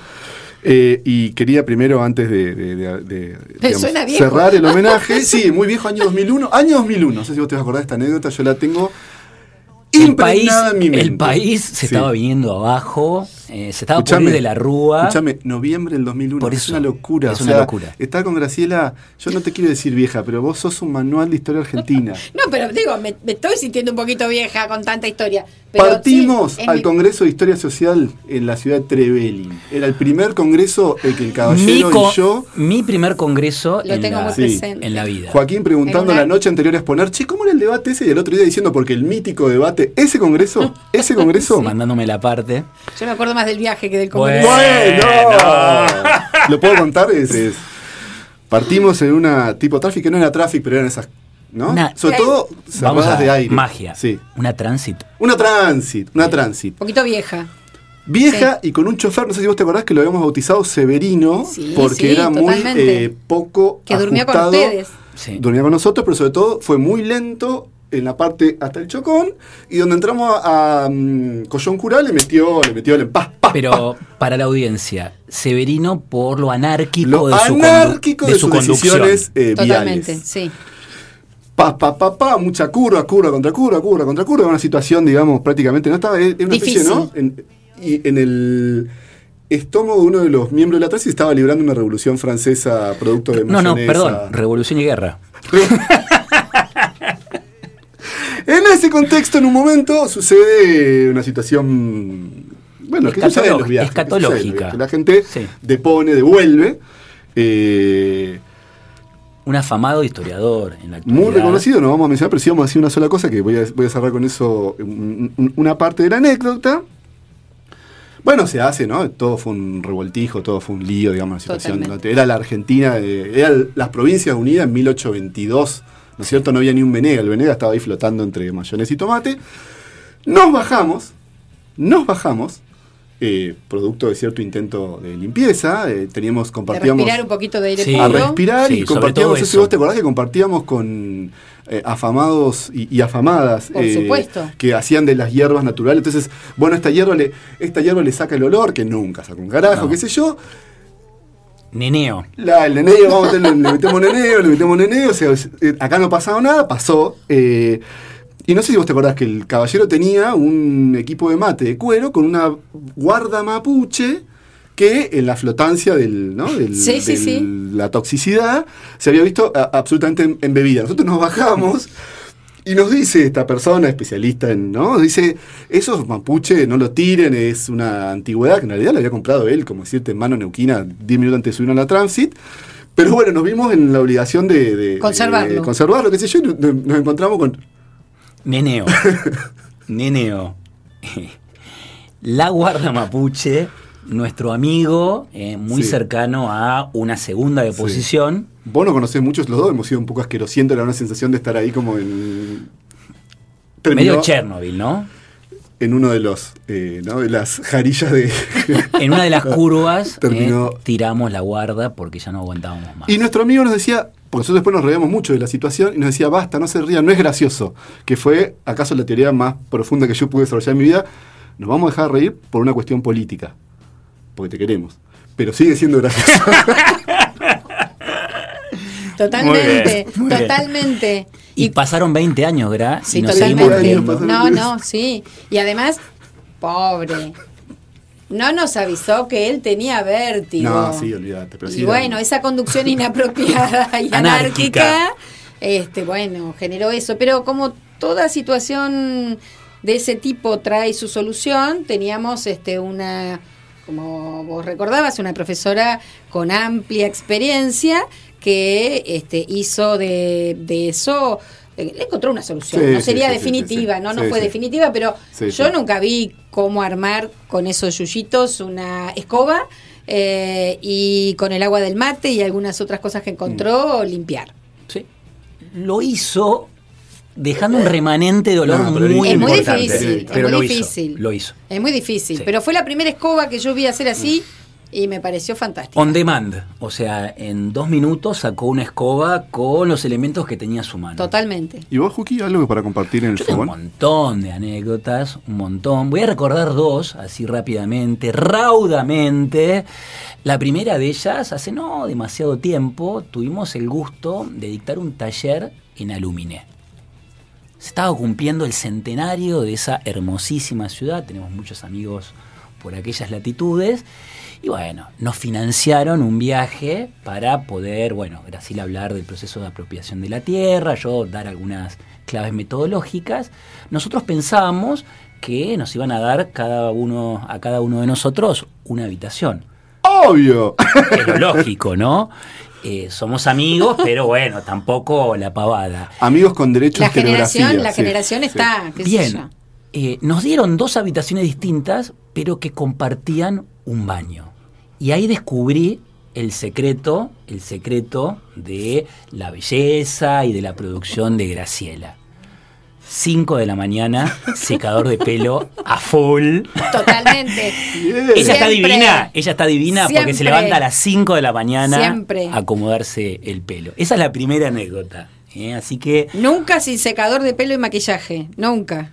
Speaker 1: Eh, y quería primero, antes de, de- de- de- digamos,
Speaker 3: suena viejo.
Speaker 1: cerrar el
Speaker 2: *laughs*
Speaker 1: homenaje, sí, muy viejo, año 2001, año 2001, no sé si vos te vas a acordar de esta anécdota, yo la tengo
Speaker 2: el país,
Speaker 1: impregnada en mi mente.
Speaker 2: el país se
Speaker 1: Sí.
Speaker 2: estaba viniendo abajo, eh, se estaba por
Speaker 1: Escuchame,
Speaker 2: ir de la rúa.
Speaker 1: Escuchame, noviembre del 2001.
Speaker 2: Por
Speaker 1: es
Speaker 2: eso,
Speaker 1: una locura.
Speaker 2: es
Speaker 1: o
Speaker 2: una
Speaker 1: sea,
Speaker 2: locura.
Speaker 1: Estar con Graciela, yo no te quiero decir vieja, pero vos
Speaker 2: *laughs*
Speaker 1: sos un manual de historia argentina.
Speaker 3: No, pero digo, me, me estoy sintiendo un poquito vieja con tanta historia. Pero
Speaker 1: Partimos
Speaker 3: sí, es
Speaker 1: al
Speaker 3: mi-
Speaker 1: Congreso de Historia Social en la ciudad de Trevelin. Era el primer congreso en que el
Speaker 2: Mi,
Speaker 1: caballero
Speaker 2: co-
Speaker 1: y yo,
Speaker 2: mi primer congreso
Speaker 3: Lo
Speaker 2: en,
Speaker 3: tengo
Speaker 2: la,
Speaker 3: muy
Speaker 1: Sí.
Speaker 3: presente.
Speaker 2: en la vida.
Speaker 1: Joaquín preguntando
Speaker 3: En una-
Speaker 1: la noche anterior a exponer, che, ¿cómo era el debate ese? Y el otro día diciendo, porque el mítico debate, ese congreso, ese
Speaker 2: *laughs*
Speaker 1: congreso.
Speaker 2: Mandándome la parte.
Speaker 3: Yo me acuerdo más del viaje que del
Speaker 2: Bueno.
Speaker 3: congreso.
Speaker 1: ¡Bueno! ¿Lo puedo contar? Es- es- Partimos en una tipo traffic, que no era traffic, pero eran esas, ¿no?
Speaker 2: Una-
Speaker 1: Sobre todo cerradas de aire.
Speaker 2: Magia.
Speaker 1: Sí.
Speaker 2: Una transit.
Speaker 1: Una transit, una transit.
Speaker 3: Un poquito vieja.
Speaker 1: Vieja y con un chofer, no sé si vos te acordás que lo habíamos bautizado Severino,
Speaker 3: Sí,
Speaker 1: porque
Speaker 3: sí,
Speaker 1: era muy
Speaker 3: totalmente.
Speaker 1: eh, poco
Speaker 3: Que durmió con
Speaker 1: ajustado.
Speaker 3: ustedes.
Speaker 2: Sí.
Speaker 1: Durmió con nosotros, pero sobre todo fue muy lento en la parte hasta el chocón y donde entramos a, a, mm, Collón Curá le metió, le metió el pa, pa,
Speaker 2: Pero para la audiencia, Severino por lo anárquico
Speaker 1: lo
Speaker 2: de su condu-
Speaker 1: anárquico de,
Speaker 2: su
Speaker 1: sus
Speaker 2: conducción.
Speaker 1: decisiones eh,
Speaker 3: Totalmente,
Speaker 1: viales.
Speaker 3: sí.
Speaker 1: Pa, pa, pa, pa, mucha curva, curva contra curva, curva contra curva, una situación, digamos, prácticamente no estaba, en una especie,
Speaker 3: Difícil.
Speaker 1: ¿no? En- y en el estómago de uno de los miembros de la transis estaba librando una revolución francesa producto de
Speaker 2: No, no,
Speaker 1: mayonesa.
Speaker 2: perdón. Revolución y guerra.
Speaker 1: *laughs* En ese contexto, en un momento, sucede una situación. Bueno, que sucede en los viajes, que sucede en
Speaker 2: Escatológica.
Speaker 1: los viajes,
Speaker 2: Escatológica.
Speaker 1: que La gente
Speaker 2: Sí.
Speaker 1: depone, devuelve. eh,
Speaker 2: Un afamado historiador en
Speaker 1: Muy
Speaker 2: la actualidad.
Speaker 1: reconocido, no vamos a mencionar, pero sí vamos a decir una sola cosa que voy a, voy a cerrar con eso, un- un- una parte de la anécdota. Bueno, se hace, ¿no? Todo fue un revoltijo, todo fue un lío, digamos, la situación. ¿no?
Speaker 3: Totalmente.
Speaker 1: Era la Argentina, de- era el- las Provincias Unidas en 1822, ¿no es cierto? No había ni un Venega, el Venega estaba ahí flotando entre mayones y tomate. Nos bajamos, nos bajamos, eh, producto de cierto intento de limpieza, eh, teníamos,
Speaker 3: De
Speaker 1: compartíamos
Speaker 3: respirar un poquito de aire
Speaker 2: Sí.
Speaker 1: a
Speaker 2: Puro.
Speaker 3: puro.
Speaker 1: respirar
Speaker 2: Sí,
Speaker 1: y
Speaker 2: sobre
Speaker 1: compartíamos
Speaker 2: todo
Speaker 1: eso.
Speaker 2: eso.
Speaker 1: ¿Vos te acordás que compartíamos con eh, afamados y, y afamadas? eh,
Speaker 3: Por supuesto.
Speaker 1: Que hacían de las hierbas naturales. Entonces, bueno, esta hierba le, esta hierba le saca el olor, que nunca saca un carajo,
Speaker 2: No.
Speaker 1: qué sé yo.
Speaker 2: Neneo.
Speaker 1: La, el neneo, vamos a meterle- le metemos neneo, le metemos neneo. O sea, es- eh, acá no ha pasado nada, pasó. eh, y no sé si vos te acordás que el caballero tenía un equipo de mate de cuero con una guarda mapuche que en la flotancia del, ¿no? del,
Speaker 3: Sí, sí,
Speaker 1: del-
Speaker 3: sí.
Speaker 1: la toxicidad se había visto a- absolutamente en- embebida. Nosotros nos bajamos y nos dice esta persona especialista en, ¿no? Nos Dice, esos mapuche no lo tiren, es una antigüedad que en realidad la había comprado él, como decirte, en mano neuquina, 10 minutos antes de subir a la transit. Pero bueno, nos vimos en la obligación de... de-
Speaker 3: Conservarlo.
Speaker 1: de conservarlo, qué sé yo, y nos, nos encontramos con... *laughs*
Speaker 2: Neneo. Neneo. La Guarda Mapuche, nuestro amigo, eh, muy
Speaker 1: Sí.
Speaker 2: cercano a una segunda deposición.
Speaker 1: Vos no conocés muchos los dos, hemos sido un poco asquerosientos, era una sensación de estar ahí como en...
Speaker 2: Medio
Speaker 1: Terminó
Speaker 2: Chernobyl, ¿no?
Speaker 1: en uno de los, eh, ¿no? De las jarillas de...
Speaker 2: En una
Speaker 1: *laughs*
Speaker 2: de las curvas eh,
Speaker 1: Terminó.
Speaker 2: tiramos la guarda porque ya no aguantábamos más.
Speaker 1: Y nuestro amigo nos decía, porque nosotros después nos reíamos mucho de la situación, y nos decía, basta, no se rían, no es gracioso. Que fue acaso la teoría más profunda que yo pude desarrollar en mi vida. Nos vamos a dejar reír por una cuestión política. Porque te queremos. Pero sigue siendo gracioso.
Speaker 3: *laughs* Totalmente,
Speaker 2: Muy bien, *laughs* muy bien.
Speaker 3: totalmente.
Speaker 2: Y pasaron 20 años, ¿verdad?
Speaker 3: Sí,
Speaker 2: y nos
Speaker 1: totalmente.
Speaker 2: seguimos
Speaker 1: Años
Speaker 2: riendo.
Speaker 1: pasaron.
Speaker 3: No, no, sí. Y además, pobre. No nos avisó que él tenía vértigo.
Speaker 1: no, sí, olvídate. Pero sí
Speaker 3: y
Speaker 1: era-
Speaker 3: bueno, esa conducción inapropiada
Speaker 1: *laughs*
Speaker 3: y
Speaker 2: Anárquica.
Speaker 3: anárquica, este, bueno, generó eso. Pero como toda situación de ese tipo trae su solución, teníamos este una, como vos recordabas, una profesora con amplia experiencia que este, hizo de, de eso. eh, Le encontró una solución,
Speaker 1: Sí,
Speaker 3: no
Speaker 1: sí,
Speaker 3: sería
Speaker 1: sí, sí, sí,
Speaker 3: definitiva,
Speaker 1: sí.
Speaker 3: no, no
Speaker 1: Sí,
Speaker 3: fue
Speaker 1: sí.
Speaker 3: definitiva, pero
Speaker 1: Sí,
Speaker 3: yo
Speaker 1: sí.
Speaker 3: nunca vi cómo armar con esos yuyitos una escoba eh, y con el agua del mate y algunas otras cosas que encontró
Speaker 1: Mm.
Speaker 3: limpiar.
Speaker 2: Sí. Lo hizo dejando un remanente de olor
Speaker 1: No, pero
Speaker 2: muy
Speaker 1: es muy
Speaker 2: importante.
Speaker 1: difícil, es
Speaker 2: pero
Speaker 3: muy
Speaker 2: lo
Speaker 3: difícil.
Speaker 2: hizo. Lo hizo.
Speaker 3: Es muy difícil,
Speaker 2: Sí.
Speaker 3: pero fue la primera escoba que yo vi hacer así
Speaker 1: Mm.
Speaker 3: y me pareció fantástico.
Speaker 2: On demand, o sea, en dos minutos sacó una escoba con los elementos que tenía a su mano.
Speaker 3: Totalmente.
Speaker 1: ¿Y vos, Juki, algo para compartir en el
Speaker 2: Yo tengo un
Speaker 1: fogón?
Speaker 2: montón de anécdotas, un montón. Voy a recordar dos, así rápidamente, raudamente. La primera de ellas, hace no demasiado tiempo, tuvimos el gusto de dictar un taller en Alumine. Se estaba cumpliendo el centenario de esa hermosísima ciudad, tenemos muchos amigos por aquellas latitudes, y bueno, nos financiaron un viaje para poder, bueno, Graciela hablar del proceso de apropiación de la tierra, yo dar algunas claves metodológicas. Nosotros pensábamos que nos iban a dar cada uno, a cada uno de nosotros una habitación.
Speaker 3: *laughs*
Speaker 1: ¡Obvio!
Speaker 2: Es lo lógico, ¿no? Eh, somos amigos, pero bueno, tampoco la pavada.
Speaker 1: Amigos con derechos
Speaker 3: La
Speaker 1: de estereografía,
Speaker 3: generación, la
Speaker 1: sí,
Speaker 3: generación
Speaker 1: sí.
Speaker 3: está, qué sé yo.
Speaker 2: Bien, eh, nos dieron dos habitaciones distintas, pero que compartían un baño. Y ahí descubrí el secreto, el secreto de la belleza y de la producción de Graciela. 5 de la mañana, secador de pelo a full.
Speaker 3: Totalmente. *laughs*
Speaker 1: Bien.
Speaker 2: Ella está
Speaker 3: Siempre.
Speaker 2: divina, ella está divina porque se
Speaker 3: Siempre.
Speaker 2: levanta a las 5 de la mañana
Speaker 3: Siempre.
Speaker 2: a acomodarse el pelo. Esa es la primera anécdota. ¿eh? Así que
Speaker 3: Nunca sin secador de pelo y maquillaje, nunca.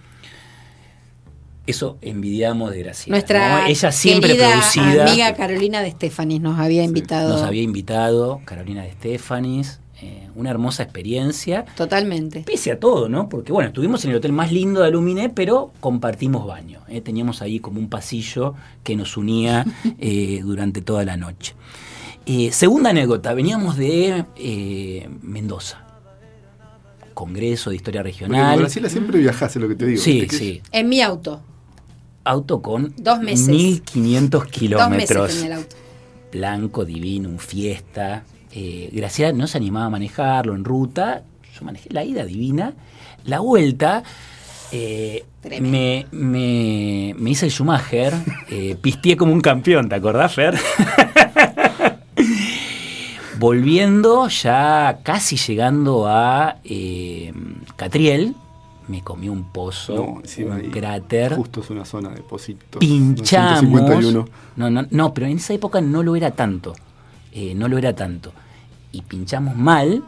Speaker 2: eso envidiamos de Graciela.
Speaker 3: Nuestra
Speaker 2: ¿no? Ella siempre
Speaker 3: querida
Speaker 2: producida.
Speaker 3: amiga Carolina de Estefanis nos había invitado.
Speaker 2: Nos había invitado Carolina de Estefanis, eh, una hermosa experiencia.
Speaker 3: Totalmente.
Speaker 2: Pese a todo, ¿no? Porque bueno, estuvimos en el hotel más lindo de Aluminé, pero compartimos baño. ¿eh? Teníamos ahí como un pasillo que nos
Speaker 3: *laughs*
Speaker 2: unía eh, durante toda la noche. Eh, segunda anécdota, veníamos de eh, Mendoza, Congreso de Historia
Speaker 1: Porque en
Speaker 2: Regional.
Speaker 1: Brasil siempre viajás, es lo que te digo.
Speaker 2: Sí,
Speaker 1: ¿viste? Que
Speaker 2: sí.
Speaker 3: En mi auto.
Speaker 2: Auto con
Speaker 3: Dos meses.
Speaker 2: 1500
Speaker 3: Dos meses
Speaker 2: kilómetros.
Speaker 3: tenía el auto.
Speaker 2: blanco, divino, un fiesta. Eh, Graciela no se animaba a manejarlo en ruta. Yo manejé la ida divina. La vuelta. eh,
Speaker 3: Tremendo.
Speaker 2: me, me, me hice el Schumacher. eh, pisteé como un campeón, ¿te acordás, Fer? *laughs* Volviendo, ya casi llegando a eh, Catriel, me comí un pozo,
Speaker 1: No, encima
Speaker 2: un
Speaker 1: ahí,
Speaker 2: cráter
Speaker 1: Justo es una zona de Positos.
Speaker 2: pinchamos.
Speaker 1: 151.
Speaker 2: No, no, no, pero en esa época no lo era tanto. Eh, no lo era tanto. Y pinchamos mal.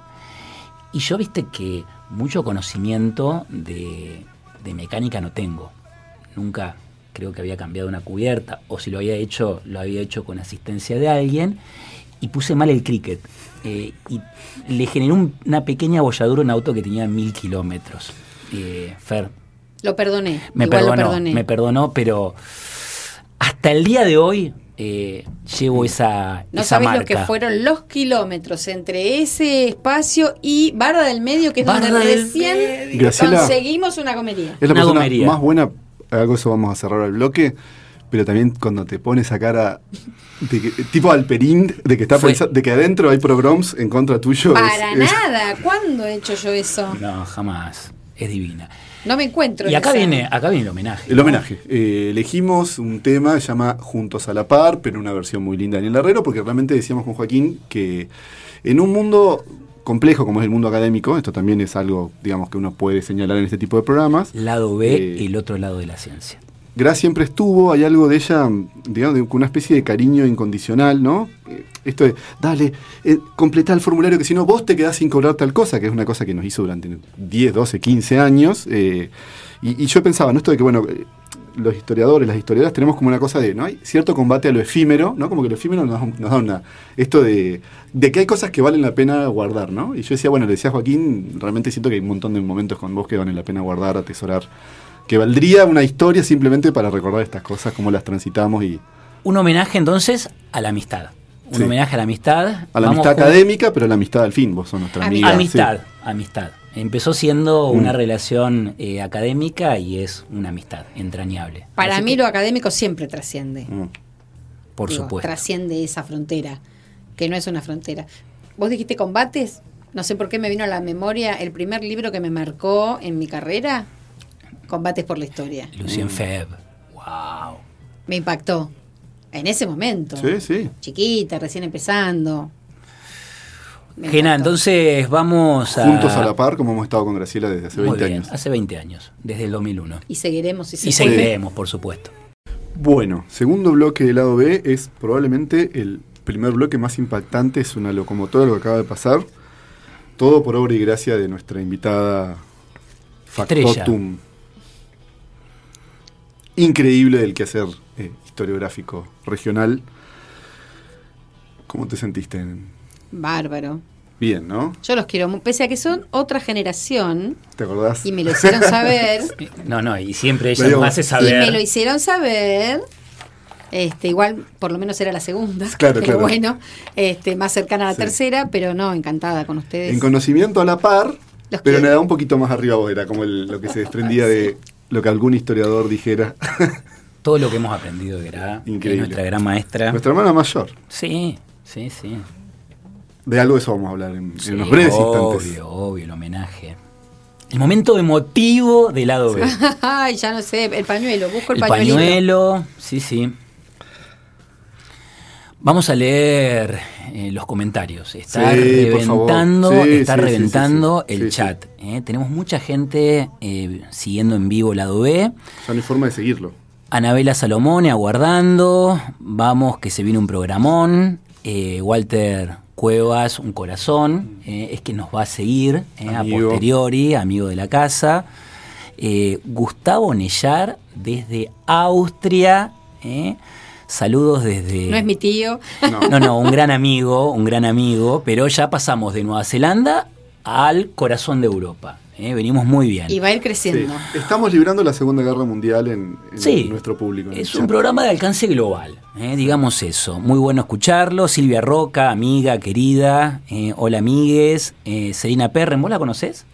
Speaker 2: Y yo viste que mucho conocimiento de, de mecánica no tengo. Nunca creo que había cambiado una cubierta. O si lo había hecho, lo había hecho con asistencia de alguien. Y puse mal el cricket. Eh, y le generó un- una pequeña bolladura a un auto que tenía mil kilómetros. Eh, Fer,
Speaker 3: Lo perdoné.
Speaker 2: me
Speaker 3: Igual lo
Speaker 2: perdonó,
Speaker 3: perdoné.
Speaker 2: me perdonó, pero hasta el día de hoy eh, llevo esa,
Speaker 3: no
Speaker 2: esa
Speaker 3: sabés
Speaker 2: marca.
Speaker 3: lo que fueron los kilómetros entre ese espacio y Barra del Medio, que es
Speaker 2: Barra
Speaker 3: donde
Speaker 2: del
Speaker 3: recién
Speaker 1: Graciela.
Speaker 3: conseguimos una comería.
Speaker 1: Es la
Speaker 2: Una
Speaker 1: persona
Speaker 2: gomería.
Speaker 1: más buena, algo eso vamos a cerrar el bloque, pero también cuando te pones a cara de que- tipo Alperín, de que está
Speaker 2: Fue-
Speaker 1: pensa- de que adentro hay progroms en contra tuyo. es-
Speaker 3: Para
Speaker 1: es-
Speaker 3: nada. ¿Cuándo he hecho yo eso?
Speaker 2: No, jamás. Es divina.
Speaker 3: No me encuentro.
Speaker 2: Y
Speaker 3: en
Speaker 2: acá
Speaker 3: esa.
Speaker 2: viene, acá viene el homenaje.
Speaker 1: El
Speaker 2: ¿no?
Speaker 1: homenaje. Eh, elegimos un tema, se llama Juntos a la Par, pero una versión muy linda de Daniel Herrero, porque realmente decíamos con Joaquín que en un mundo complejo como es el mundo académico, esto también es algo, digamos, que uno puede señalar en este tipo de programas,
Speaker 2: Lado B,
Speaker 1: Eh,
Speaker 2: el otro lado de la ciencia.
Speaker 1: Gra siempre estuvo, hay algo de ella, digamos, de una especie de cariño incondicional, ¿no? Eh, Esto de, dale, eh, completá el formulario que si no vos te quedás sin cobrar tal cosa, que es una cosa que nos hizo durante 10, 12, 15 años. eh, y, y yo pensaba, ¿no? Esto de que, bueno, eh, los historiadores, las historiadoras tenemos como una cosa de, ¿no? Hay cierto combate a lo efímero, ¿no? Como que lo efímero nos, nos da una. Esto de, de que hay cosas que valen la pena guardar, ¿no? Y yo decía, bueno, le decía a Joaquín, realmente siento que hay un montón de momentos con vos que valen la pena guardar, atesorar que valdría una historia simplemente para recordar estas cosas, cómo las transitamos y
Speaker 2: Un homenaje entonces a la amistad. Un
Speaker 1: Sí.
Speaker 2: homenaje a la amistad.
Speaker 1: a la amistad académica, pero la amistad al fin, vos sos nuestra amiga.
Speaker 3: Amiga.
Speaker 2: Amistad,
Speaker 1: sí.
Speaker 2: amistad. Empezó siendo
Speaker 1: Mm.
Speaker 2: una relación eh, académica y es una amistad entrañable.
Speaker 3: Para
Speaker 2: Así
Speaker 3: mí
Speaker 2: que,
Speaker 3: lo académico siempre trasciende.
Speaker 1: Mm.
Speaker 2: por
Speaker 3: Digo,
Speaker 2: supuesto.
Speaker 3: Trasciende esa frontera, que no es una frontera. Vos dijiste combates, no sé por qué me vino a la memoria el primer libro que me marcó en mi carrera, Combates por la Historia.
Speaker 1: Mm.
Speaker 2: Lucien Feb. Wow.
Speaker 3: Me impactó. En ese momento.
Speaker 1: Sí, sí.
Speaker 3: Chiquita, recién empezando. Me
Speaker 2: Gena,
Speaker 3: impactó.
Speaker 2: entonces vamos a...
Speaker 1: Juntos a la par, como hemos estado con Graciela desde hace
Speaker 2: Muy
Speaker 1: 20
Speaker 2: bien,
Speaker 1: años.
Speaker 2: Hace 20 años, desde el 2001.
Speaker 3: Y seguiremos y
Speaker 2: Y
Speaker 3: seguiremos.
Speaker 2: seguiremos, por supuesto.
Speaker 1: Bueno, segundo bloque del lado B es probablemente el primer bloque más impactante, es una locomotora lo que acaba de pasar. Todo por obra y gracia de nuestra invitada
Speaker 2: Estrella.
Speaker 1: Factotum. Increíble del quehacer eh, historiográfico regional. ¿Cómo te sentiste? en-
Speaker 3: Bárbaro.
Speaker 1: Bien, ¿no?
Speaker 3: Yo los quiero, mu- pese a que son otra generación
Speaker 1: ¿Te acordás?
Speaker 3: y me lo
Speaker 2: *laughs*
Speaker 3: hicieron saber.
Speaker 2: No, no, y siempre ella
Speaker 1: Lo digo-
Speaker 2: nos hace
Speaker 3: Y me lo
Speaker 2: saber.
Speaker 3: hicieron saber. Este, igual, por lo menos era la segunda,
Speaker 1: Claro,
Speaker 3: *laughs* pero
Speaker 1: claro.
Speaker 3: bueno, este, más cercana a la
Speaker 1: Sí.
Speaker 3: tercera, pero no, encantada con ustedes.
Speaker 1: En conocimiento a la par,
Speaker 3: Los
Speaker 1: pero
Speaker 3: quiero. *laughs*
Speaker 1: nada, un poquito más arriba vos, era como el- lo que se desprendía de lo que algún historiador dijera.
Speaker 2: Todo lo que hemos aprendido de Gra, que
Speaker 1: Increíble.
Speaker 2: es nuestra gran maestra.
Speaker 1: Nuestra hermana mayor.
Speaker 2: Sí, sí, sí.
Speaker 1: De algo de eso vamos a hablar en, en
Speaker 2: Sí,
Speaker 1: unos breves
Speaker 2: obvio,
Speaker 1: instantes.
Speaker 2: Obvio, el homenaje. El momento emotivo del lado B.
Speaker 3: *laughs* Ay, ya no sé, el pañuelo, busco el,
Speaker 2: El
Speaker 3: pañuelito.
Speaker 2: pañuelo, sí, sí. Vamos a leer eh, los comentarios. Está
Speaker 1: Sí, por favor.
Speaker 2: reventando,
Speaker 1: Sí,
Speaker 2: está
Speaker 1: sí, sí,
Speaker 2: reventando
Speaker 1: sí, sí.
Speaker 2: el
Speaker 1: Sí, sí.
Speaker 2: chat. eh. Tenemos mucha gente eh, siguiendo en vivo lado B.
Speaker 1: Ya no hay forma de seguirlo.
Speaker 2: Anabela Salomone aguardando. Vamos, que se viene un programón. Eh, Walter Cuevas, un corazón. Eh, es que nos va a seguir eh, a
Speaker 1: Amigo.
Speaker 2: posteriori, amigo de la casa. Eh, Gustavo Nellar, desde Austria. eh. Saludos desde.
Speaker 3: No es mi tío.
Speaker 1: No.
Speaker 2: *laughs* *laughs* No, no, un gran amigo, un gran amigo. Pero ya pasamos de Nueva Zelanda al corazón de Europa. eh. Venimos muy bien.
Speaker 3: Y va a ir creciendo.
Speaker 1: Sí. Estamos librando la Segunda Guerra Mundial en, en
Speaker 2: Sí.
Speaker 1: nuestro público. en el
Speaker 2: Es
Speaker 1: chat.
Speaker 2: un programa de alcance global, eh, digamos eso. Muy bueno escucharlo. Silvia Roca, amiga, querida. eh, hola, amigues. Eh, Serena Perren, ¿vos la conocés?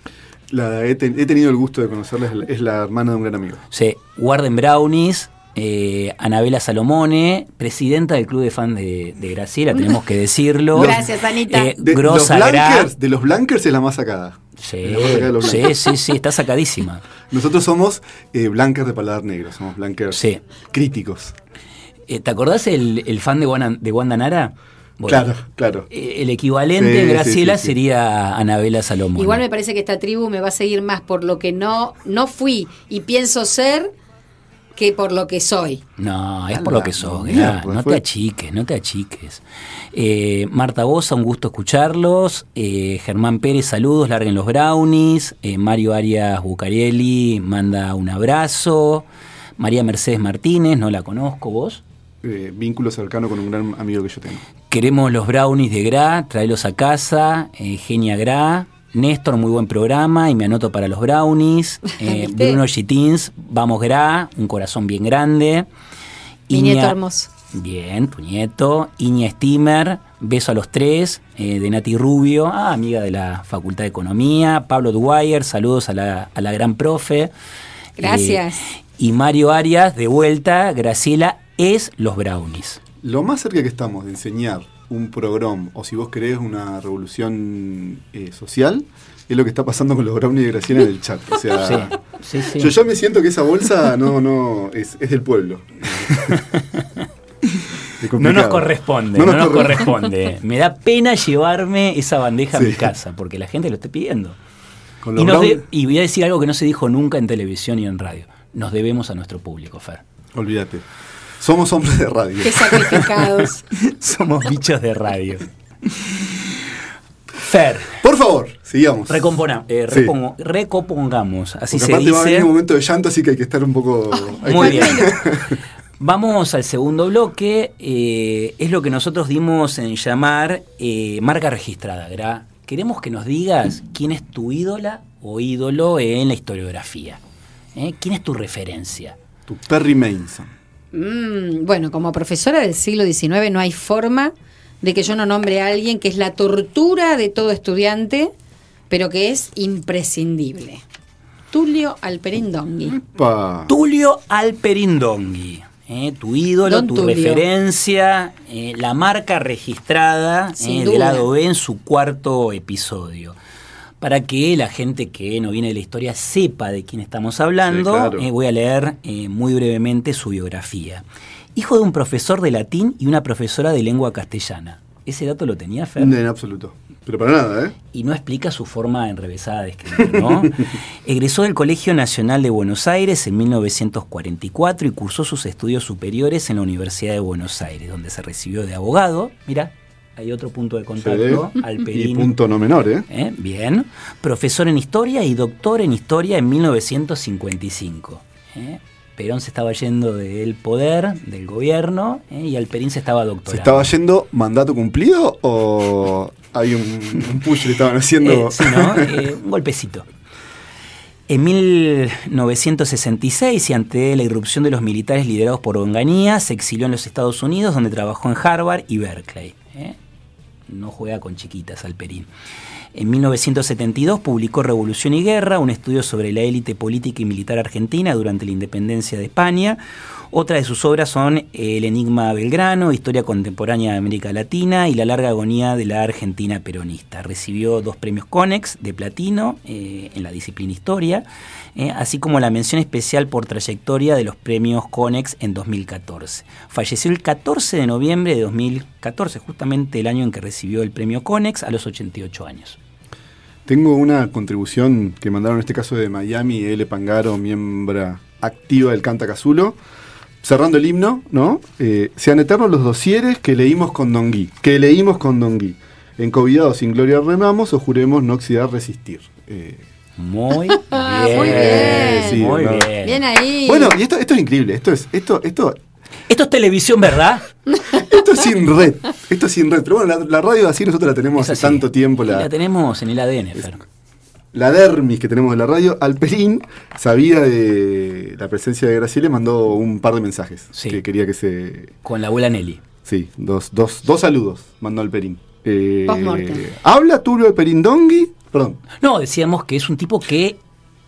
Speaker 1: La he, ten- he tenido el gusto de conocerla, es la- es la hermana de un gran amigo.
Speaker 2: Sí, Warden Brownies. eh, Anabela Salomone, presidenta del club de fans de, de Graciela, tenemos que decirlo.
Speaker 3: *laughs*
Speaker 2: Eh,
Speaker 3: Gracias, Anita.
Speaker 1: De,
Speaker 2: grosa
Speaker 1: los
Speaker 2: Gra-
Speaker 1: Blankers, de los Blankers es la más sacada.
Speaker 2: Sí,
Speaker 1: Es la más sacada de los
Speaker 2: sí,
Speaker 1: Blankers.
Speaker 2: sí, sí, está sacadísima.
Speaker 1: Nosotros somos eh, Blankers de paladar negro, somos Blankers
Speaker 2: Sí.
Speaker 1: críticos.
Speaker 2: Eh, ¿Te acordás el, el fan de Wanda, de Wanda Nara? Bueno,
Speaker 1: claro, claro.
Speaker 2: eh, El equivalente de
Speaker 1: Sí, sí,
Speaker 2: Graciela
Speaker 1: sí, sí.
Speaker 2: sería Anabela Salomone.
Speaker 3: Igual me parece que esta tribu me va a seguir más por lo que no, no fui y pienso ser que por lo que soy.
Speaker 2: No, es
Speaker 1: Anda,
Speaker 2: por lo que sos,
Speaker 1: mierda,
Speaker 2: Gra, no
Speaker 1: pues fue-
Speaker 2: te achiques, no te achiques. Eh, Marta Bosa, un gusto escucharlos. Eh, Germán Pérez, saludos, larguen los brownies. Eh, Mario Arias Bucarielli manda un abrazo. María Mercedes Martínez, no la conozco vos.
Speaker 1: Eh, vínculo cercano con un gran amigo que yo tengo.
Speaker 2: Queremos los brownies de Gra, tráelos a casa. Eh, Genia Gra. Néstor, muy buen programa y me anoto para los
Speaker 3: *laughs*
Speaker 2: brownies. Eh,
Speaker 3: ¿Viste?
Speaker 2: Bruno Chitins, vamos Gra, un corazón bien grande.
Speaker 3: Mi nieto
Speaker 2: Iña-
Speaker 3: hermoso.
Speaker 2: Bien, tu nieto. Iña Steamer, beso a los tres. eh, de Nati Rubio, ah, amiga de la Facultad de Economía. Pablo Dwyer, saludos a la, a la gran profe.
Speaker 3: Gracias.
Speaker 2: Eh, y Mario Arias, de vuelta. Graciela es los brownies.
Speaker 1: Lo más cerca que estamos de enseñar un programa, o si vos querés, una revolución eh, social, es lo que está pasando con los brownies de Graciela en el chat. O sea,
Speaker 2: Sí, sí, sí.
Speaker 1: yo ya me siento que esa bolsa no, no, es, es del pueblo. *laughs* Es
Speaker 2: No nos
Speaker 1: complicado.
Speaker 2: corresponde,
Speaker 1: No
Speaker 2: no
Speaker 1: nos
Speaker 2: nos, corresponde. Me da pena llevarme esa bandeja a mi
Speaker 1: Sí.
Speaker 2: casa, porque la gente lo está pidiendo.
Speaker 1: Con los
Speaker 2: Y, nos de-
Speaker 1: brownies-
Speaker 2: y voy a decir algo que no se dijo nunca en televisión y en radio. Nos debemos a nuestro
Speaker 1: *laughs*
Speaker 2: público, Fer.
Speaker 1: Olvídate. Somos hombres de radio.
Speaker 2: *laughs*
Speaker 3: Qué sacrificados.
Speaker 2: Somos bichos de radio. Fer,
Speaker 1: Por favor, sigamos.
Speaker 2: recompona- eh,
Speaker 1: Sí.
Speaker 2: repongo- recopongamos, así
Speaker 1: Porque
Speaker 2: se
Speaker 1: aparte va a venir
Speaker 2: dice. Ah,
Speaker 1: un momento de llanto, así que hay que estar un poco. hay
Speaker 2: Muy
Speaker 1: que-
Speaker 2: bien. *laughs* Vamos al segundo bloque. eh, es lo que nosotros dimos en llamar eh, marca registrada, Gra. Queremos que nos digas quién es tu ídola o ídolo en la historiografía. ¿eh? ¿Quién es tu referencia?
Speaker 1: Tu Perry Mason.
Speaker 3: Mm, bueno, como profesora del siglo XIX no hay forma de que yo no nombre a alguien que es la tortura de todo estudiante, pero que es imprescindible. Tulio Alperindongui.
Speaker 1: Pa.
Speaker 2: Tulio Alperindongui, eh, tu ídolo,
Speaker 3: Don
Speaker 2: tu
Speaker 3: Tulio.
Speaker 2: referencia, eh, la marca registrada
Speaker 3: Sin
Speaker 2: eh,
Speaker 3: duda.
Speaker 2: del lado B en su cuarto episodio. Para que la gente que no viene de la historia sepa de quién estamos hablando,
Speaker 1: Sí, claro.
Speaker 2: eh, voy a leer eh, muy brevemente su biografía. Hijo de un profesor de latín y una profesora de lengua castellana. Ese dato lo tenía Fer
Speaker 1: En absoluto. Pero para nada, ¿eh?
Speaker 2: y no explica su forma enrevesada de escribir, ¿no? Egresó del Colegio Nacional de Buenos Aires en 1944 y cursó sus estudios superiores en la Universidad de Buenos Aires, donde se recibió de abogado. Mira, hay otro punto de contacto,
Speaker 1: Se ve. Y
Speaker 2: Alperín.
Speaker 1: punto no menor, ¿eh?
Speaker 2: ¿Eh? Bien. Profesor en historia y doctor en historia en 1955. ¿eh? Perón se estaba yendo del poder, del gobierno, ¿eh? y Alperín se estaba doctorando.
Speaker 1: ¿Se estaba yendo mandato cumplido o hay un, un push que le estaban haciendo?
Speaker 2: Eh, sí, ¿no? Eh, un golpecito. En 1966, y ante la irrupción de los militares liderados por Onganía, se exilió en los Estados Unidos, donde trabajó en Harvard y Berkeley. ¿eh? No juega con chiquitas Alperín. En 1972 publicó Revolución y Guerra, un estudio sobre la élite política y militar argentina durante la independencia de España. Otra de sus obras son eh, El Enigma Belgrano, Historia Contemporánea de América Latina y La larga agonía de la Argentina peronista. Recibió dos premios CONEX de platino eh, en la disciplina Historia, eh, así como la mención especial por trayectoria de los premios CONEX en 2014. Falleció el 14 de noviembre de 2014, justamente el año en que recibió el premio CONEX a los 88 años.
Speaker 1: Tengo una contribución que mandaron en este caso de Miami, L. Pangaro, miembro activa del Canta Cazulo cerrando el himno, ¿no? Eh, sean eternos los dosieres que leímos con Don Gui, que leímos con Don Gui. Encobidados sin gloria remamos o juremos no oxidar resistir. Eh. *laughs*
Speaker 2: Muy bien.
Speaker 3: Ah, Muy bien.
Speaker 1: Sí,
Speaker 2: Muy
Speaker 1: ¿no?
Speaker 2: bien.
Speaker 3: Bien ahí.
Speaker 1: Bueno, y esto, esto es increíble, esto es, esto, esto,
Speaker 2: Esto es televisión, ¿verdad?
Speaker 1: esto es sin red, esto es sin red. Pero bueno, la, la radio así nosotros la tenemos
Speaker 2: Es
Speaker 1: hace
Speaker 2: así.
Speaker 1: tanto tiempo,
Speaker 2: Y La,
Speaker 1: la,
Speaker 2: tenemos en el ADN, Fer.
Speaker 1: la dermis que tenemos de la radio. Alperín sabía de la presencia de Graciela y mandó un par de mensajes
Speaker 2: Sí.
Speaker 1: que quería que se
Speaker 2: Con la abuela Nelly.
Speaker 1: Sí, dos, dos, dos saludos mandó al Perín. Eh,
Speaker 3: Postmortem.
Speaker 1: ¿Habla Tulio de Perindongui? Perdón.
Speaker 2: No, decíamos que es un tipo que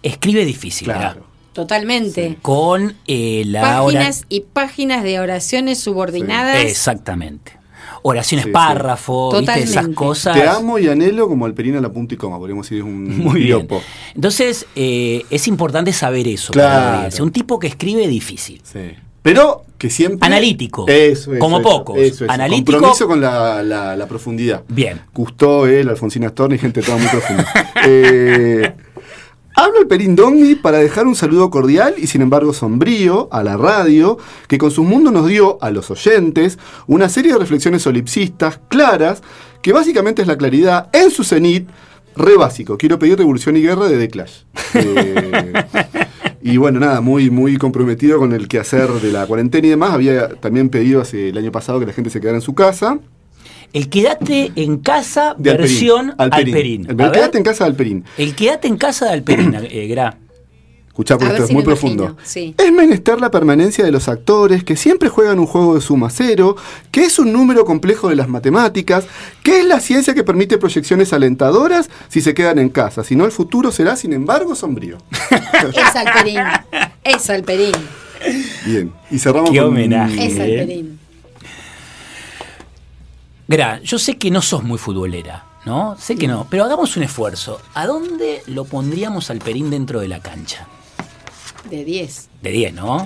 Speaker 2: escribe difícil, ¿verdad?
Speaker 1: Claro.
Speaker 3: Totalmente.
Speaker 2: Con eh, la hora.
Speaker 3: Páginas y páginas de oraciones subordinadas.
Speaker 2: Exactamente. Oraciones
Speaker 1: Sí, sí.
Speaker 2: párrafo, ¿viste?
Speaker 3: Totalmente.
Speaker 2: esas cosas.
Speaker 1: Te amo y anhelo como al Perín a la punta y coma. Podríamos decir, es un
Speaker 2: *laughs* Muy bien.
Speaker 1: piropo.
Speaker 2: Entonces, eh, es importante saber eso.
Speaker 1: Claro.
Speaker 2: para la audiencia. Un tipo que escribe difícil.
Speaker 1: Sí. Pero que siempre.
Speaker 2: Analítico.
Speaker 1: Eso, eso,
Speaker 2: Como
Speaker 1: eso,
Speaker 2: pocos.
Speaker 1: Eso, eso.
Speaker 2: Analítico.
Speaker 1: Compromiso con la, la- la profundidad.
Speaker 2: Bien.
Speaker 1: Gustó él, Alfonsina Storni, gente toda muy profunda. Eh, Habla el Perindongui para dejar un saludo cordial y sin embargo sombrío a la radio, que con su mundo nos dio a los oyentes una serie de reflexiones solipsistas claras, que básicamente es la claridad en su cenit, re básico. Quiero pedir revolución y guerra de The Clash. Eh, y bueno, nada, muy, muy comprometido con el quehacer de la cuarentena y demás. Había también pedido hace el año pasado que la gente se quedara en su casa.
Speaker 2: El quedate en casa,
Speaker 1: De Alperín.
Speaker 2: versión Alperín.
Speaker 1: El-
Speaker 2: A ver,
Speaker 1: Quédate en casa de Alperín.
Speaker 2: el quedate en casa de Alperín, *coughs* eh, Gra.
Speaker 1: Escuchá,
Speaker 3: A
Speaker 1: porque
Speaker 3: ver
Speaker 1: esto es
Speaker 3: si
Speaker 1: muy
Speaker 3: me imagino,
Speaker 1: profundo.
Speaker 3: sí.
Speaker 1: Es menester la permanencia de los actores que siempre juegan un juego de suma cero, que es un número complejo de las matemáticas, que es la ciencia que permite proyecciones alentadoras si se quedan en casa. Si no, el futuro será, sin embargo,
Speaker 2: *laughs*
Speaker 1: sombrío.
Speaker 3: Es Alperín. Es Alperín.
Speaker 1: Bien. Y cerramos
Speaker 2: Qué
Speaker 1: con-
Speaker 2: homenaje.
Speaker 3: Es
Speaker 2: Bien.
Speaker 3: Alperín.
Speaker 2: Gra, yo sé que no sos muy futbolera, ¿no? Sé que no, pero hagamos un esfuerzo. ¿A dónde lo pondríamos Alperín dentro de la cancha?
Speaker 3: De 10.
Speaker 2: De 10, ¿no?
Speaker 3: Mm,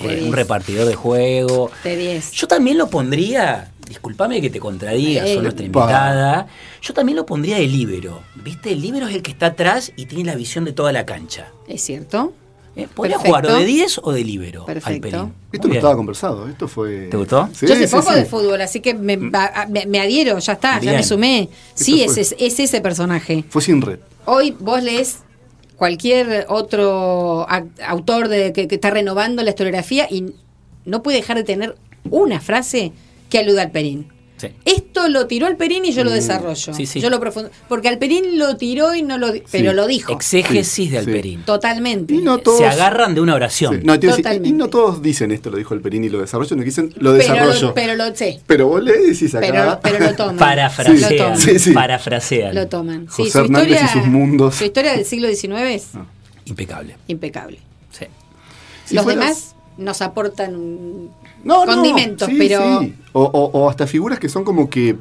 Speaker 2: Eh,
Speaker 3: De
Speaker 2: un
Speaker 3: 10.
Speaker 2: repartidor de juego.
Speaker 3: De 10.
Speaker 2: Yo también lo pondría, discúlpame que te contradiga,
Speaker 3: Ey.
Speaker 2: son nuestra
Speaker 1: Epa.
Speaker 2: invitada. Yo también lo pondría de líbero. ¿Viste? El líbero es el que está atrás y tiene la visión de toda la cancha.
Speaker 3: ¿Es cierto?
Speaker 2: Eh, Podría
Speaker 3: Perfecto.
Speaker 2: jugar o de 10 o de líbero.
Speaker 3: Perfecto.
Speaker 2: Alperín. Muy
Speaker 1: Esto no
Speaker 2: bien.
Speaker 1: estaba conversado, esto fue...
Speaker 2: ¿Te gustó?
Speaker 1: Sí,
Speaker 3: Yo sé
Speaker 1: sí,
Speaker 3: poco
Speaker 1: sí.
Speaker 3: de fútbol, así que me, va- me- me adhiero, ya está, ya
Speaker 2: Bien.
Speaker 3: me sumé. Sí,
Speaker 1: Esto
Speaker 3: es,
Speaker 1: fue-
Speaker 3: es, es ese personaje.
Speaker 1: Fue sin red.
Speaker 3: Hoy vos lees cualquier otro ac- autor de, que, que está renovando la historiografía y no puede dejar de tener una frase que aluda al Perín.
Speaker 2: Sí.
Speaker 3: Esto lo tiró Alperín y yo lo
Speaker 1: Mm.
Speaker 3: desarrollo.
Speaker 2: Sí, sí.
Speaker 3: Yo lo profundo, porque Alperín lo tiró y no lo di- pero lo dijo.
Speaker 2: Exégesis
Speaker 1: Sí,
Speaker 2: de
Speaker 1: sí.
Speaker 2: Alperín.
Speaker 3: Totalmente.
Speaker 1: Y no todos...
Speaker 2: Se agarran de una
Speaker 1: Sí.
Speaker 2: oración.
Speaker 1: No, te iba a decir, y
Speaker 3: Totalmente.
Speaker 1: no todos dicen esto, lo dijo el Perín y lo desarrollo, no que dicen lo
Speaker 3: pero,
Speaker 1: desarrollo.
Speaker 3: lo, pero lo sé.
Speaker 1: Pero vos le decís acá.
Speaker 3: Pero, pero
Speaker 1: *laughs*
Speaker 2: *laughs*
Speaker 3: lo toman. Lo
Speaker 2: Parafrasean.
Speaker 3: toman.
Speaker 1: Sí, sí.
Speaker 2: Parafrasean.
Speaker 3: Lo toman.
Speaker 1: José Hernández y sus mundos. Ah.
Speaker 3: Su historia del siglo XIX es
Speaker 2: Impecable.
Speaker 3: impecable.
Speaker 2: Sí.
Speaker 1: Si
Speaker 3: Los
Speaker 1: fueras-
Speaker 3: demás nos aportan un-
Speaker 1: No, no,
Speaker 3: condimentos,
Speaker 1: sí,
Speaker 3: pero
Speaker 1: sí. O, o- o hasta figuras que son como que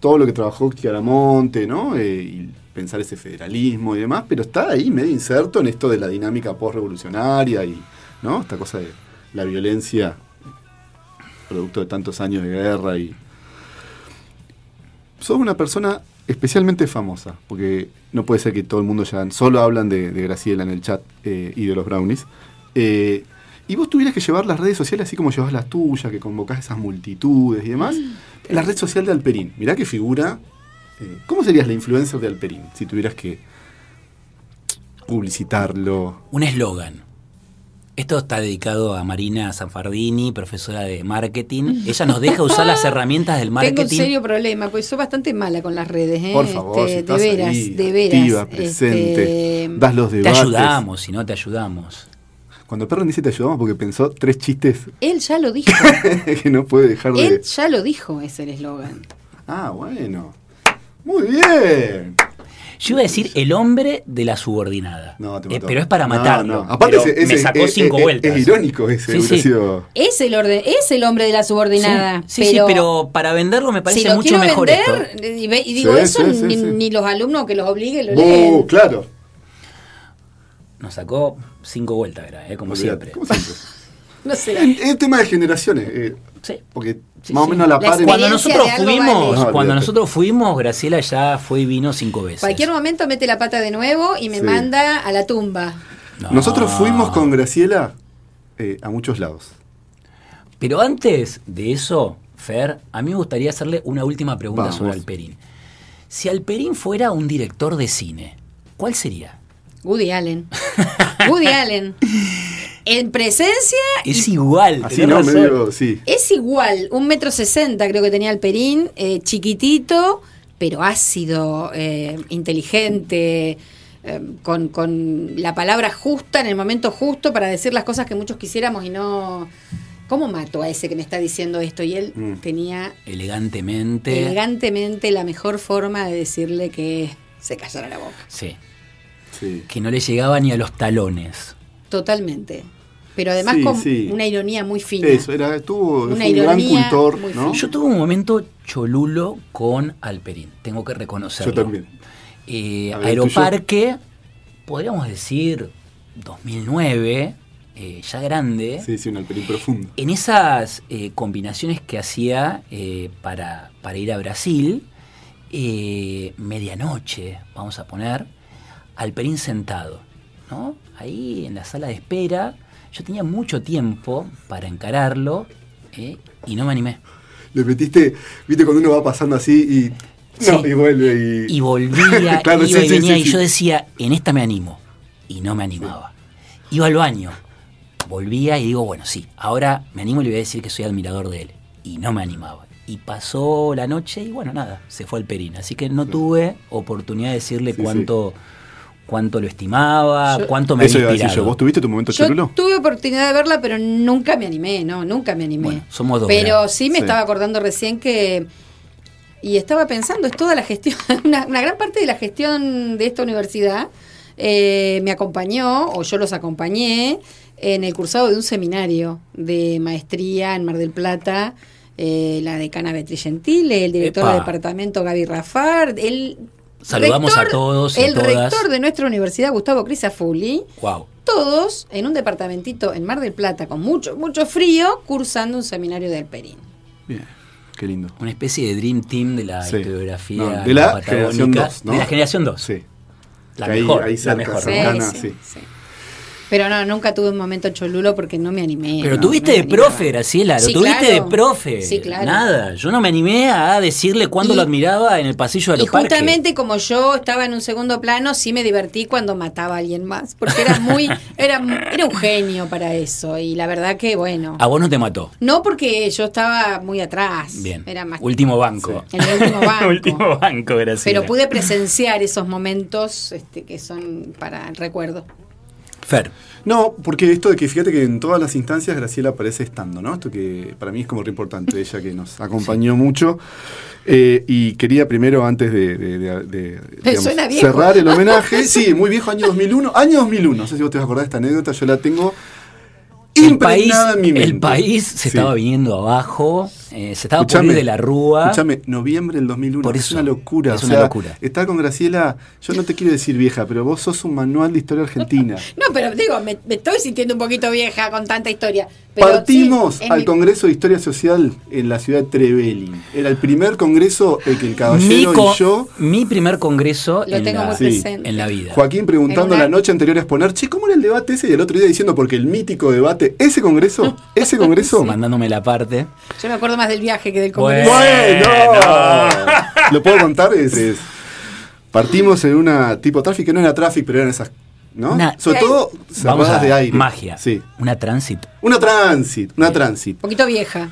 Speaker 1: todo lo que trabajó Chiaramonte, ¿no? Eh, y pensar ese federalismo y demás, pero está ahí medio inserto en esto de la dinámica postrevolucionaria y, ¿no? Esta cosa de la violencia, producto de tantos años de guerra y... Sos una persona especialmente famosa, porque no puede ser que todo el mundo ya solo hablan de, de Graciela en el chat eh, y de los brownies. Eh, y vos tuvieras que llevar las redes sociales así como llevas las tuyas, que convocás esas multitudes y demás. La red social de Alperín. Mirá qué figura. eh, ¿Cómo serías la influencer de Alperín si tuvieras que publicitarlo?
Speaker 2: Un eslogan. Esto está dedicado a Marina Sanfardini, profesora de marketing. Ella nos deja usar las herramientas del
Speaker 3: tengo un
Speaker 2: marketing.
Speaker 3: serio problema, pues soy bastante mala con las redes, ¿eh?
Speaker 1: Por favor,
Speaker 3: Este,
Speaker 1: si estás
Speaker 3: de veras,
Speaker 1: ahí,
Speaker 3: de veras.
Speaker 1: activa, presente,
Speaker 3: este,
Speaker 1: das los
Speaker 2: te
Speaker 1: debates.
Speaker 2: ayudamos, si no te ayudamos.
Speaker 1: Cuando Perrin dice te ayudamos porque pensó tres chistes
Speaker 3: él ya
Speaker 1: *laughs*
Speaker 3: lo dijo.
Speaker 1: que no puede dejar de...
Speaker 3: él ya lo dijo, es el eslogan.
Speaker 1: Ah, bueno. Muy bien.
Speaker 2: Yo iba a decir el hombre de la subordinada.
Speaker 1: No, te
Speaker 2: Eh,
Speaker 1: mató.
Speaker 2: pero es para
Speaker 1: No,
Speaker 2: matarlo.
Speaker 1: no. Aparte,
Speaker 2: Pero
Speaker 1: ese- ese-
Speaker 2: me sacó
Speaker 1: es-
Speaker 2: cinco
Speaker 1: es-
Speaker 2: vueltas.
Speaker 1: Es irónico ese.
Speaker 2: Sí,
Speaker 1: hubiera
Speaker 2: sí.
Speaker 1: sido-
Speaker 3: Es el, orden, es el hombre de la
Speaker 2: Sí,
Speaker 3: subordinada.
Speaker 2: sí, sí,
Speaker 3: pero
Speaker 2: pero, para venderlo me parece
Speaker 3: si lo
Speaker 2: mucho
Speaker 3: quiero
Speaker 2: mejor
Speaker 3: vender,
Speaker 2: esto.
Speaker 3: y, ve- y digo,
Speaker 1: Sí,
Speaker 3: eso
Speaker 1: sí, sí,
Speaker 3: ni,
Speaker 1: sí.
Speaker 3: ni los alumnos que los obliguen lo
Speaker 1: Uh,
Speaker 3: leen.
Speaker 1: claro.
Speaker 2: Nos sacó cinco vueltas, era, eh, como
Speaker 1: Olvídate,
Speaker 2: siempre.
Speaker 1: Como
Speaker 3: *laughs*
Speaker 1: siempre.
Speaker 3: No sé.
Speaker 1: En- Es tema de generaciones. eh,
Speaker 2: Sí.
Speaker 1: porque
Speaker 2: Sí,
Speaker 1: más o
Speaker 2: sí.
Speaker 1: menos a la
Speaker 3: La
Speaker 1: par. en-
Speaker 2: Cuando
Speaker 3: experiencia
Speaker 2: nosotros
Speaker 3: de algo
Speaker 2: fuimos,
Speaker 1: vale. No,
Speaker 2: cuando
Speaker 1: olvídate.
Speaker 2: nosotros fuimos, Graciela ya fue y vino cinco veces.
Speaker 3: Cualquier momento mete la pata de nuevo y me
Speaker 1: Sí.
Speaker 3: manda a la tumba.
Speaker 2: No.
Speaker 1: Nosotros fuimos con Graciela eh, a muchos lados.
Speaker 2: Pero antes de eso, Fer, a mí me gustaría hacerle una última pregunta
Speaker 1: Vamos.
Speaker 2: sobre Alperín. Si Alperín fuera un director de cine, ¿cuál sería?
Speaker 1: *laughs*
Speaker 3: Woody Allen. Woody Allen. En presencia
Speaker 2: Es igual.
Speaker 1: Así
Speaker 2: tenés
Speaker 1: no,
Speaker 2: razón.
Speaker 1: medio. Sí.
Speaker 3: es igual, un metro sesenta creo que tenía el Perín, eh, chiquitito, pero ácido, eh, inteligente, eh, con, con la palabra justa en el momento justo para decir las cosas que muchos quisiéramos y no... ¿Cómo mato a ese que me está diciendo esto? Y él
Speaker 1: Mm.
Speaker 3: tenía
Speaker 2: Elegantemente.
Speaker 3: elegantemente la mejor forma de decirle que se callara la boca.
Speaker 2: Sí.
Speaker 1: sí.
Speaker 2: Que no le llegaba ni a los talones.
Speaker 3: Totalmente. Pero además
Speaker 1: Sí,
Speaker 3: con
Speaker 1: sí.
Speaker 3: una ironía muy fina.
Speaker 1: Eso, era, tuvo
Speaker 3: Una
Speaker 1: fue un gran
Speaker 3: ironía
Speaker 1: cultor,
Speaker 3: muy
Speaker 1: ¿no?
Speaker 3: fina.
Speaker 2: Yo tuve un momento cholulo con Alperín, tengo que reconocerlo.
Speaker 1: Yo también.
Speaker 2: Eh,
Speaker 1: A ver,
Speaker 2: Aeroparque, podríamos decir 2009, eh, ya grande.
Speaker 1: Sí, sí, un alperín profundo.
Speaker 2: En esas eh, combinaciones que hacía eh, para, para ir a Brasil, eh, medianoche, vamos a poner, Alperín sentado, ¿no? Ahí en la sala de espera, yo tenía mucho tiempo para encararlo eh, y no me animé.
Speaker 1: Le metiste, viste, cuando uno va pasando así y. No,
Speaker 2: Sí.
Speaker 1: y vuelve y.
Speaker 2: Y volvía,
Speaker 1: *laughs* Claro,
Speaker 2: iba
Speaker 1: sí,
Speaker 2: y
Speaker 1: sí,
Speaker 2: venía,
Speaker 1: sí,
Speaker 2: y
Speaker 1: sí.
Speaker 2: yo decía, en esta me animo. Y no me animaba. Iba al baño, volvía y digo, bueno, sí, ahora me animo y le voy a decir que soy admirador de él. Y no me animaba. Y pasó la noche y bueno, nada, se fue al Perín. Así que no tuve oportunidad de decirle
Speaker 1: Sí, sí.
Speaker 2: cuánto, cuánto lo estimaba,
Speaker 3: Yo-
Speaker 2: cuánto me
Speaker 1: Eso
Speaker 2: había
Speaker 1: iba a decir
Speaker 2: inspirado.
Speaker 1: yo. ¿Vos tuviste tu momento
Speaker 3: Yo
Speaker 1: cholulo?
Speaker 3: tuve oportunidad de verla, pero nunca me animé, no, nunca me animé.
Speaker 2: Bueno, somos dos,
Speaker 3: Pero
Speaker 2: ¿verdad?
Speaker 3: sí me
Speaker 1: Sí.
Speaker 3: estaba acordando recién que. Y estaba pensando, es toda la gestión, *laughs* una, una gran parte de la gestión de esta universidad eh, me acompañó, o yo los acompañé, en el cursado de un seminario de maestría en Mar del Plata, eh, la decana Beatriz Gentile, el director
Speaker 2: Epa.
Speaker 3: de departamento Gaby Rafar, el.
Speaker 2: Saludamos a
Speaker 3: rector-
Speaker 2: todos y a
Speaker 3: El
Speaker 2: todas.
Speaker 3: rector de nuestra universidad, Gustavo Crisafulli
Speaker 2: Wow.
Speaker 3: todos en un departamentito en Mar del Plata con mucho, mucho frío, cursando un seminario del Perín.
Speaker 1: Bien. Qué lindo.
Speaker 2: Una especie de Dream Team de la
Speaker 1: Sí.
Speaker 2: historiografía
Speaker 1: No, de la
Speaker 2: patagónica.
Speaker 1: generación dos, ¿no?
Speaker 2: De la generación 2.
Speaker 1: Sí.
Speaker 2: La
Speaker 1: Que ahí-
Speaker 2: mejor.
Speaker 1: ahí
Speaker 2: la
Speaker 1: cerca
Speaker 2: mejor.
Speaker 1: se ve. Cercana, sí.
Speaker 3: Pero no, nunca tuve un momento cholulo porque no me animé.
Speaker 2: Pero
Speaker 3: no,
Speaker 2: tuviste
Speaker 3: no me
Speaker 2: de profe,
Speaker 3: animaba.
Speaker 2: Graciela, lo
Speaker 3: Sí,
Speaker 2: tuviste
Speaker 3: claro.
Speaker 2: de profe.
Speaker 3: Sí, claro.
Speaker 2: Nada, yo no me animé a decirle cuándo
Speaker 3: Y-
Speaker 2: lo admiraba en el pasillo de
Speaker 3: Y
Speaker 2: los parques.
Speaker 3: justamente como yo estaba en un segundo plano, sí me divertí cuando mataba a alguien más, porque
Speaker 2: *laughs*
Speaker 3: era muy, era, era un genio para eso. Y la verdad que bueno.
Speaker 2: A vos no te mató.
Speaker 3: No porque yo estaba muy atrás.
Speaker 2: Bien.
Speaker 3: Era más
Speaker 2: Último banco.
Speaker 3: Sí.
Speaker 2: *laughs*
Speaker 3: El último banco.
Speaker 2: último banco, Graciela.
Speaker 3: Pero pude presenciar esos momentos este, que son para el recuerdo.
Speaker 2: Fer,
Speaker 1: No, porque esto de que fíjate que en todas las instancias Graciela aparece estando, ¿no? Esto que para mí es como re
Speaker 2: *laughs*
Speaker 1: importante, ella que nos acompañó mucho. Eh, y quería primero, antes de, de- de- de- digamos,
Speaker 3: suena viejo.
Speaker 1: cerrar
Speaker 2: *laughs*
Speaker 1: el homenaje, sí, muy viejo, año 2001, año 2001, no sé si vos te vas a acordar de esta anécdota, yo la tengo
Speaker 2: el país,
Speaker 1: impregnada en mi mente.
Speaker 2: el país se
Speaker 1: Sí.
Speaker 2: estaba viniendo abajo, eh, se estaba por
Speaker 1: Escuchame,
Speaker 2: ir de la rúa.
Speaker 1: Escuchame, noviembre del 2001.
Speaker 2: Por
Speaker 1: es
Speaker 2: eso,
Speaker 1: una locura.
Speaker 2: es
Speaker 1: o
Speaker 2: una
Speaker 1: sea,
Speaker 2: locura.
Speaker 1: Estar con Graciela, yo no te quiero decir vieja, pero vos sos un manual de historia
Speaker 2: *laughs*
Speaker 1: argentina.
Speaker 3: No, pero digo, me, me estoy sintiendo un poquito vieja con tanta historia. Pero
Speaker 1: Partimos
Speaker 3: sí, es
Speaker 1: al
Speaker 3: mi-
Speaker 1: Congreso de Historia Social en la ciudad de Trevelin. Era el primer congreso en que el
Speaker 2: mi,
Speaker 1: caballero
Speaker 2: co-
Speaker 1: y yo,
Speaker 2: mi primer congreso
Speaker 3: Lo
Speaker 2: en,
Speaker 3: tengo
Speaker 2: la,
Speaker 3: muy
Speaker 1: Sí.
Speaker 3: presente.
Speaker 2: en la vida.
Speaker 1: Joaquín preguntando
Speaker 3: En una-
Speaker 1: la noche anterior a exponer, che, ¿cómo era el debate ese? Y el otro día diciendo, porque el mítico debate, ese congreso, ese
Speaker 2: *laughs*
Speaker 1: congreso.
Speaker 2: Mandándome la parte.
Speaker 3: Yo me acuerdo más del viaje que del
Speaker 2: Bueno.
Speaker 3: congreso.
Speaker 1: ¡Bueno!
Speaker 2: Bueno.
Speaker 1: ¿Lo puedo contar? Es, es- Partimos en una tipo tráfico, que no era tráfico, pero eran esas, ¿no?
Speaker 2: Una-
Speaker 1: Sobre todo
Speaker 2: Vamos a
Speaker 1: cerradas de aire.
Speaker 2: magia.
Speaker 1: Sí.
Speaker 2: Una transit.
Speaker 1: Una transit, una transit.
Speaker 3: Un poquito vieja.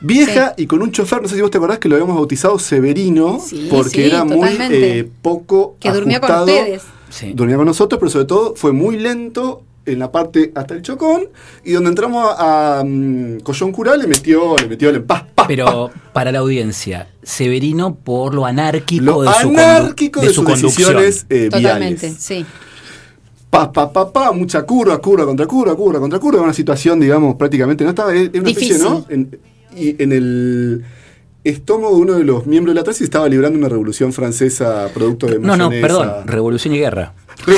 Speaker 1: Vieja y con un chofer, no sé si vos te acordás que lo habíamos bautizado Severino,
Speaker 3: Sí,
Speaker 1: porque
Speaker 3: sí,
Speaker 1: era muy
Speaker 3: totalmente.
Speaker 1: eh, poco
Speaker 3: Que durmió con
Speaker 1: ajustado.
Speaker 3: ustedes.
Speaker 2: Sí.
Speaker 1: Dormía con nosotros, pero sobre todo fue muy lento en la parte hasta el chocón y donde entramos a, a, mm, Collón Curá le metió, le metió el pas, pas,
Speaker 2: Pero para la audiencia, Severino por lo anárquico
Speaker 1: Lo
Speaker 2: de su, condu-
Speaker 1: anárquico
Speaker 2: de su conducción.
Speaker 1: decisiones eh,
Speaker 3: Totalmente,
Speaker 1: viales.
Speaker 3: sí.
Speaker 1: Pa, pa, pa, pa, mucha curva, curva contra curva, curva contra curva. Una situación, digamos, prácticamente no estaba. Era una especie,
Speaker 3: Difícil.
Speaker 1: ¿no? En, y en el estómago de uno de los miembros de la TASI estaba librando una revolución francesa producto de
Speaker 2: No, no,
Speaker 1: mayonesa.
Speaker 2: perdón, revolución y guerra.
Speaker 1: *laughs*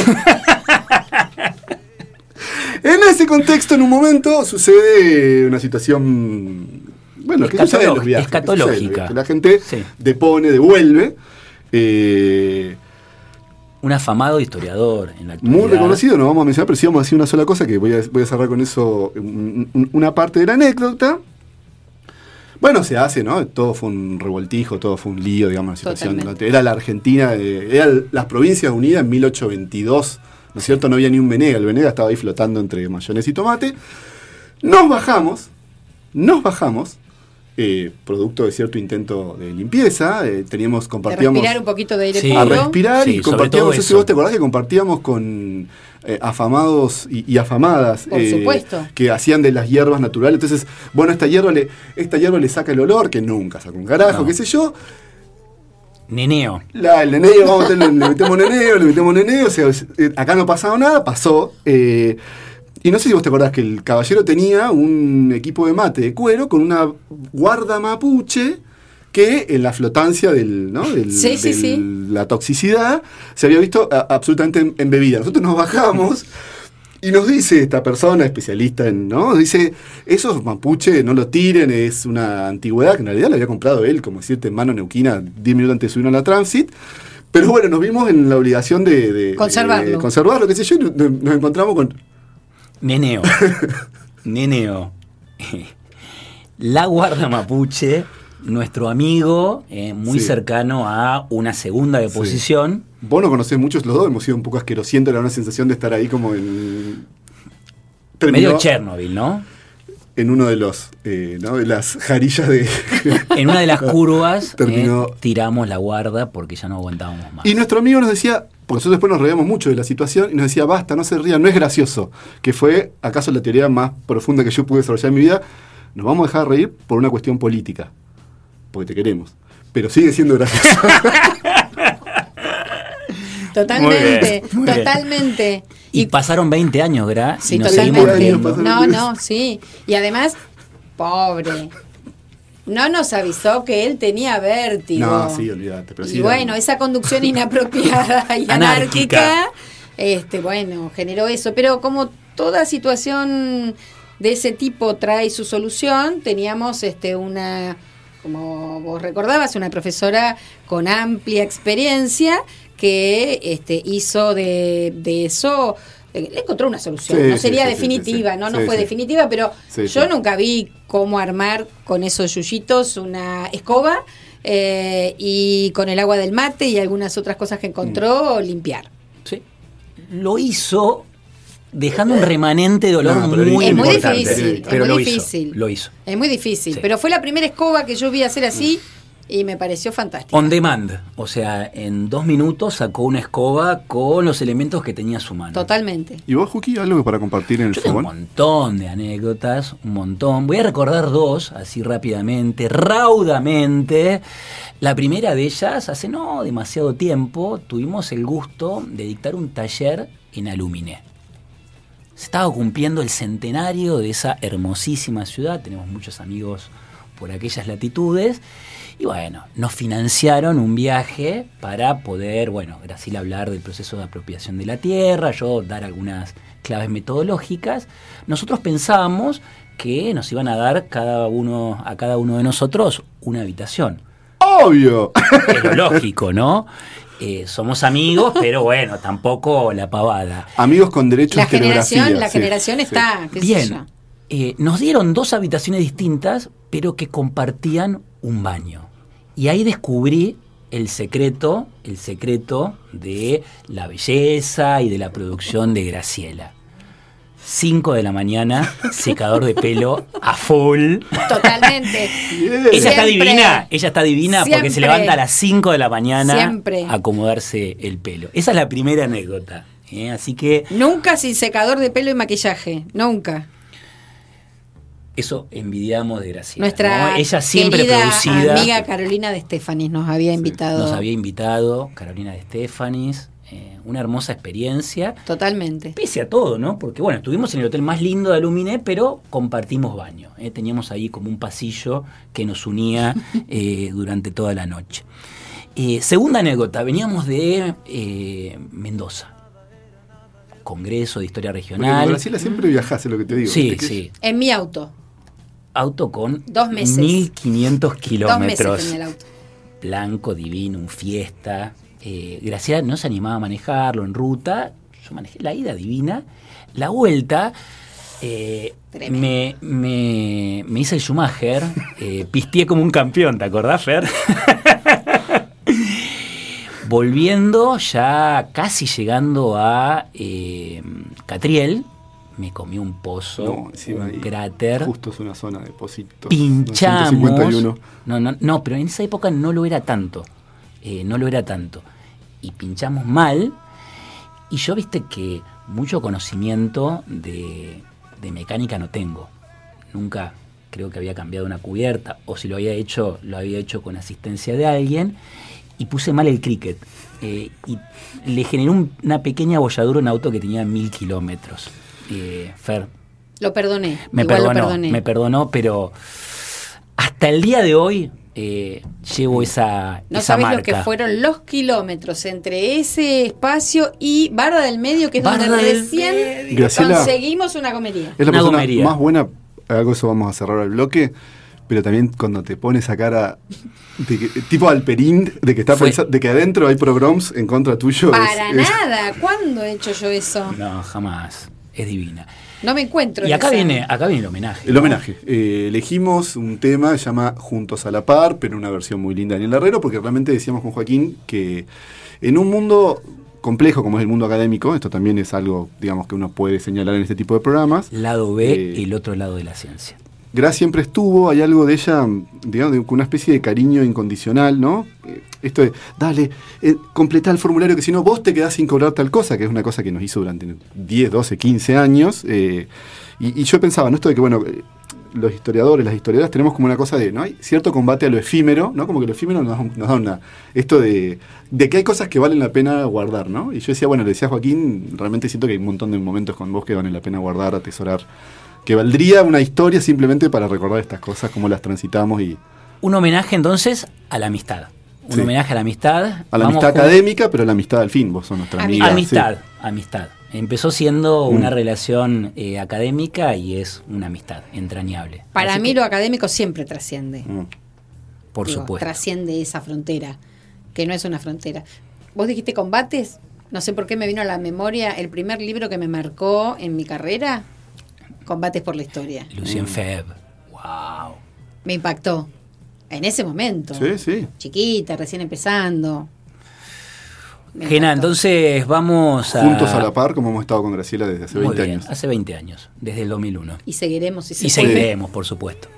Speaker 1: En ese contexto, en un momento, sucede una situación. Bueno, que sucede en los viajes.
Speaker 2: Escatológica.
Speaker 1: que sucede en los
Speaker 2: Escatológica.
Speaker 1: viajes. La gente
Speaker 2: Sí.
Speaker 1: depone, devuelve. eh,
Speaker 2: Un afamado historiador en la actualidad.
Speaker 1: muy reconocido, no vamos a mencionar, pero sí vamos a decir una sola cosa que voy a, voy a cerrar con eso, un- un- una parte de la anécdota. Bueno, se hace, ¿no? Todo fue un revoltijo, todo fue un lío, digamos, la situación.
Speaker 3: Totalmente.
Speaker 1: Era la Argentina, eh, era las Provincias Unidas en 1822, ¿no es cierto? No había ni un Venega, el Venega estaba ahí flotando entre mayonesa y tomate. Nos bajamos, nos bajamos, eh, producto de cierto intento de limpieza, eh, teníamos,
Speaker 3: De
Speaker 1: compartíamos
Speaker 3: respirar un poquito de aire
Speaker 2: Sí.
Speaker 1: a
Speaker 3: puro.
Speaker 1: respirar
Speaker 2: Sí,
Speaker 1: y
Speaker 2: sobre
Speaker 1: compartíamos
Speaker 2: todo
Speaker 1: eso.
Speaker 2: eso.
Speaker 1: ¿Vos te acordás que compartíamos con eh, afamados y, y afamadas? eh,
Speaker 3: Por supuesto.
Speaker 1: Que hacían de las hierbas naturales. Entonces, bueno, esta hierba le, esta hierba le saca el olor, que nunca saca un carajo,
Speaker 2: No.
Speaker 1: qué sé yo.
Speaker 2: Neneo.
Speaker 1: La, el neneo, vamos a tener- le metemos neneo, le metemos neneo. O sea, es- eh, acá no ha pasado nada, pasó. eh, y no sé si vos te acordás que el caballero tenía un equipo de mate de cuero con una guarda mapuche que en la flotancia del, ¿no? del,
Speaker 3: Sí, sí,
Speaker 1: del-
Speaker 3: sí.
Speaker 1: la toxicidad se había visto a- absolutamente en- embebida. Nosotros nos bajamos y nos dice esta persona especialista en, ¿no? Dice, esos mapuche no lo tiren, es una antigüedad que en realidad la había comprado él, como decirte, en mano neuquina, 10 minutos antes de subirnos a la transit. Pero bueno, nos vimos en la obligación de... de-
Speaker 3: Conservarlo.
Speaker 1: de conservarlo, qué sé yo, y nos, nos encontramos con... *laughs*
Speaker 2: Neneo. Neneo. La Guarda Mapuche, nuestro amigo, eh, muy
Speaker 1: Sí.
Speaker 2: cercano a una segunda de
Speaker 1: Sí.
Speaker 2: posición.
Speaker 1: Vos no conocés muchos los dos, hemos sido un poco asquerosientos, era una sensación de estar ahí como en...
Speaker 2: Medio
Speaker 1: Terminó
Speaker 2: Chernobyl, ¿no?
Speaker 1: en uno de los, eh, ¿no? De las jarillas de...
Speaker 2: En una
Speaker 1: *laughs*
Speaker 2: de las curvas eh,
Speaker 1: Terminó.
Speaker 2: tiramos la guarda porque ya no aguantábamos más.
Speaker 1: Y nuestro amigo nos decía, porque nosotros después nos reíamos mucho de la situación, y nos decía, basta, no se rían, no es gracioso. Que fue acaso la teoría más profunda que yo pude desarrollar en mi vida. Nos vamos a dejar reír por una cuestión política. Porque te queremos. Pero sigue siendo
Speaker 3: *laughs*
Speaker 1: gracioso.
Speaker 3: Totalmente,
Speaker 2: Muy bien, muy bien.
Speaker 3: totalmente.
Speaker 2: Y pasaron 20 años, ¿verdad?
Speaker 3: Sí,
Speaker 2: y nos
Speaker 1: totalmente.
Speaker 2: seguimos
Speaker 3: totalmente.
Speaker 1: años
Speaker 2: riendo.
Speaker 1: pasaron
Speaker 3: No,
Speaker 1: por eso.
Speaker 3: no, sí. Y además, pobre. No nos avisó que él tenía vértigo.
Speaker 1: no, sí, olvídate. Pero sí,
Speaker 3: y bueno, esa
Speaker 1: *laughs*
Speaker 3: conducción inapropiada y
Speaker 2: Anárquica.
Speaker 3: anárquica, este, bueno, generó eso. Pero como toda situación de ese tipo trae su solución, teníamos este una, como vos recordabas, una profesora con amplia experiencia que este, hizo de, de eso. eh, Le encontró una solución.
Speaker 1: Sí,
Speaker 3: no
Speaker 1: sí,
Speaker 3: sería
Speaker 1: sí, sí,
Speaker 3: definitiva,
Speaker 1: sí, sí.
Speaker 3: no, no
Speaker 1: Sí,
Speaker 3: fue
Speaker 1: sí.
Speaker 3: definitiva, pero
Speaker 1: Sí,
Speaker 3: yo
Speaker 1: sí.
Speaker 3: nunca vi cómo armar con esos yuyitos una escoba eh, y con el agua del mate y algunas otras cosas que encontró
Speaker 2: Mm.
Speaker 3: limpiar.
Speaker 2: Sí. Lo hizo dejando un remanente de olor
Speaker 1: No, pero
Speaker 2: muy
Speaker 1: es
Speaker 3: es muy
Speaker 1: importante,
Speaker 2: importante.
Speaker 3: difícil,
Speaker 2: pero
Speaker 3: es
Speaker 2: lo
Speaker 3: muy
Speaker 2: hizo,
Speaker 3: difícil.
Speaker 2: Lo hizo.
Speaker 3: Es muy difícil,
Speaker 2: Sí. Mm.
Speaker 3: pero fue la primera escoba que yo vi hacer así y me pareció fantástico.
Speaker 2: On demand, o sea, en dos minutos sacó una escoba con los elementos que tenía a su mano.
Speaker 3: Totalmente.
Speaker 1: ¿Y vos, Juki, algo para compartir en el
Speaker 2: Yo tengo un
Speaker 1: fogón?
Speaker 2: montón de anécdotas, un montón. Voy a recordar dos, así rápidamente, raudamente. La primera de ellas, hace no demasiado tiempo, tuvimos el gusto de dictar un taller en Alumine. Se estaba cumpliendo el centenario de esa hermosísima ciudad, tenemos muchos amigos por aquellas latitudes, y bueno, nos financiaron un viaje para poder, bueno, Graciela hablar del proceso de apropiación de la tierra, yo dar algunas claves metodológicas. Nosotros pensábamos que nos iban a dar cada uno, a cada uno de nosotros una habitación
Speaker 3: *laughs*
Speaker 1: ¡Obvio!
Speaker 2: es lo lógico, ¿no? Eh, somos amigos, pero bueno, tampoco la pavada.
Speaker 1: Amigos con derechos
Speaker 3: La
Speaker 1: de telegrafía,
Speaker 3: generación, la
Speaker 1: sí,
Speaker 3: generación
Speaker 1: sí.
Speaker 3: está, qué sé yo.
Speaker 2: Bien, eh, nos dieron dos habitaciones distintas, pero que compartían un baño. Y ahí descubrí el secreto, el secreto de la belleza y de la producción de Graciela. 5 de la
Speaker 3: *laughs*
Speaker 2: mañana, secador de pelo a full.
Speaker 3: Totalmente.
Speaker 1: Bien.
Speaker 2: Ella está
Speaker 3: Siempre.
Speaker 2: divina, ella está divina porque se
Speaker 3: Siempre.
Speaker 2: levanta a las 5 de la mañana
Speaker 3: Siempre.
Speaker 2: a acomodarse el pelo. Esa es la primera anécdota. ¿eh? Así que
Speaker 3: Nunca sin secador de pelo y maquillaje, nunca.
Speaker 2: Eso envidiamos de Graciela.
Speaker 3: Nuestra
Speaker 2: ¿no? Ella siempre
Speaker 3: querida
Speaker 2: producida.
Speaker 3: amiga Carolina de Estefanis nos había invitado.
Speaker 2: Nos había invitado Carolina de Stefanis. eh, una hermosa experiencia.
Speaker 3: Totalmente.
Speaker 2: Pese a todo, ¿no? Porque bueno, estuvimos en el hotel más lindo de Aluminé, pero compartimos baño. ¿eh? Teníamos ahí como un pasillo que nos
Speaker 3: *laughs*
Speaker 2: unía eh, durante toda la noche. Eh, segunda anécdota, veníamos de eh, Mendoza, Congreso de Historia
Speaker 1: Porque en
Speaker 2: Regional.
Speaker 1: Brasil siempre viajás, es lo que te digo.
Speaker 2: Sí,
Speaker 1: ¿viste? Que
Speaker 2: sí.
Speaker 3: En mi auto.
Speaker 2: Auto con
Speaker 3: Dos meses.
Speaker 2: 1500
Speaker 3: Dos meses
Speaker 2: kilómetros.
Speaker 3: tenía el auto.
Speaker 2: blanco, divino, un fiesta. Eh, Graciela no se animaba a manejarlo en ruta. Yo manejé la ida divina. La vuelta. eh,
Speaker 3: Tremendo.
Speaker 2: me, me, me hice el Schumacher. eh, pisteé como un campeón, ¿te acordás, Fer? *laughs* Volviendo, ya casi llegando a eh, Catriel, me comí un pozo,
Speaker 1: No, encima
Speaker 2: un
Speaker 1: ahí,
Speaker 2: cráter
Speaker 1: Justo es una zona de pocitos.
Speaker 2: pinchamos.
Speaker 1: 151.
Speaker 2: No, no, no, pero en esa época no lo era tanto. Eh, no lo era tanto. Y pinchamos mal. Y yo viste que mucho conocimiento de, de mecánica no tengo. Nunca creo que había cambiado una cubierta. O si lo había hecho, lo había hecho con asistencia de alguien. Y puse mal el cricket. Eh, y le generó un- una pequeña bolladura a un auto que tenía mil kilómetros. Eh, Fer,
Speaker 3: Lo perdoné.
Speaker 2: me
Speaker 3: Igual lo
Speaker 2: perdonó,
Speaker 3: perdoné.
Speaker 2: me perdonó, pero hasta el día de hoy eh, llevo esa,
Speaker 3: No
Speaker 2: esa
Speaker 3: sabés
Speaker 2: marca.
Speaker 3: lo que fueron los kilómetros entre ese espacio y Barra del Medio, que es
Speaker 2: Barra
Speaker 3: donde
Speaker 2: del
Speaker 3: recién
Speaker 2: Medio.
Speaker 1: Graciela.
Speaker 3: conseguimos una comedia.
Speaker 1: Es la
Speaker 2: Una
Speaker 1: persona
Speaker 2: gomería.
Speaker 1: más buena, algo eso vamos a cerrar el bloque, pero también cuando te pones esa cara de que- tipo Alperín, de que está
Speaker 2: Fue-
Speaker 1: pensa- de que adentro hay progroms en contra tuyo. es-
Speaker 3: Para
Speaker 1: es-
Speaker 3: nada. ¿Cuándo he hecho yo eso?
Speaker 2: No, jamás. Es divina.
Speaker 3: No me encuentro.
Speaker 2: Y
Speaker 3: en
Speaker 2: acá
Speaker 3: esa.
Speaker 2: viene, acá viene el homenaje.
Speaker 1: El
Speaker 2: ¿no?
Speaker 1: homenaje. Eh, elegimos un tema que se llama Juntos a la Par, pero una versión muy linda de Daniel Herrero, porque realmente decíamos con Joaquín que en un mundo complejo como es el mundo académico, esto también es algo, digamos, que uno puede señalar en este tipo de programas,
Speaker 2: Lado B,
Speaker 1: Eh.
Speaker 2: el otro lado de la ciencia.
Speaker 1: Gra siempre estuvo, hay algo de ella, digamos, de- con una especie de cariño incondicional, ¿no? Eh, Esto de, dale, eh, completá el formulario que si no vos te quedás sin cobrar tal cosa, que es una cosa que nos hizo durante 10, 12, 15 años. eh, y, y yo pensaba, ¿no? Esto de que, bueno, eh, los historiadores, las historiadoras tenemos como una cosa de, ¿no? Hay cierto combate a lo efímero, ¿no? Como que lo efímero nos, nos da una. Esto de, de que hay cosas que valen la pena guardar, ¿no? Y yo decía, bueno, le decía a Joaquín, realmente siento que hay un montón de momentos con vos que valen la pena guardar, atesorar. Que valdría una historia simplemente para recordar estas cosas, cómo las transitamos y.
Speaker 2: Un homenaje entonces a la amistad. Un
Speaker 1: Sí.
Speaker 2: homenaje a la
Speaker 1: A
Speaker 2: amistad.
Speaker 1: la
Speaker 2: Vamos
Speaker 1: amistad
Speaker 2: juntos.
Speaker 1: académica, pero la amistad al fin, vos sos nuestra amiga.
Speaker 3: Amiga.
Speaker 1: sí.
Speaker 2: Amistad, amistad. Empezó siendo
Speaker 1: Mm.
Speaker 2: una relación eh, académica y es una amistad entrañable.
Speaker 3: Para
Speaker 2: Así
Speaker 3: mí
Speaker 2: que,
Speaker 3: lo académico siempre trasciende.
Speaker 1: Mm.
Speaker 2: por
Speaker 3: Digo,
Speaker 2: supuesto.
Speaker 3: Trasciende esa frontera, que no es una frontera. Vos dijiste combates, no sé por qué me vino a la memoria el primer libro que me marcó en mi carrera, Combates por la Historia.
Speaker 1: Mm.
Speaker 2: Lucien Feb. Wow.
Speaker 3: Me impactó. En ese momento.
Speaker 1: Sí, sí.
Speaker 3: Chiquita, recién empezando. Me
Speaker 2: Gena,
Speaker 3: impactó.
Speaker 2: entonces vamos a.
Speaker 1: Juntos a la par, como hemos estado con Graciela desde hace
Speaker 2: Muy
Speaker 1: 20
Speaker 2: bien,
Speaker 1: años.
Speaker 2: Hace 20 años, desde el 2001.
Speaker 3: Y seguiremos y
Speaker 2: Y
Speaker 3: puede.
Speaker 2: seguiremos, por supuesto.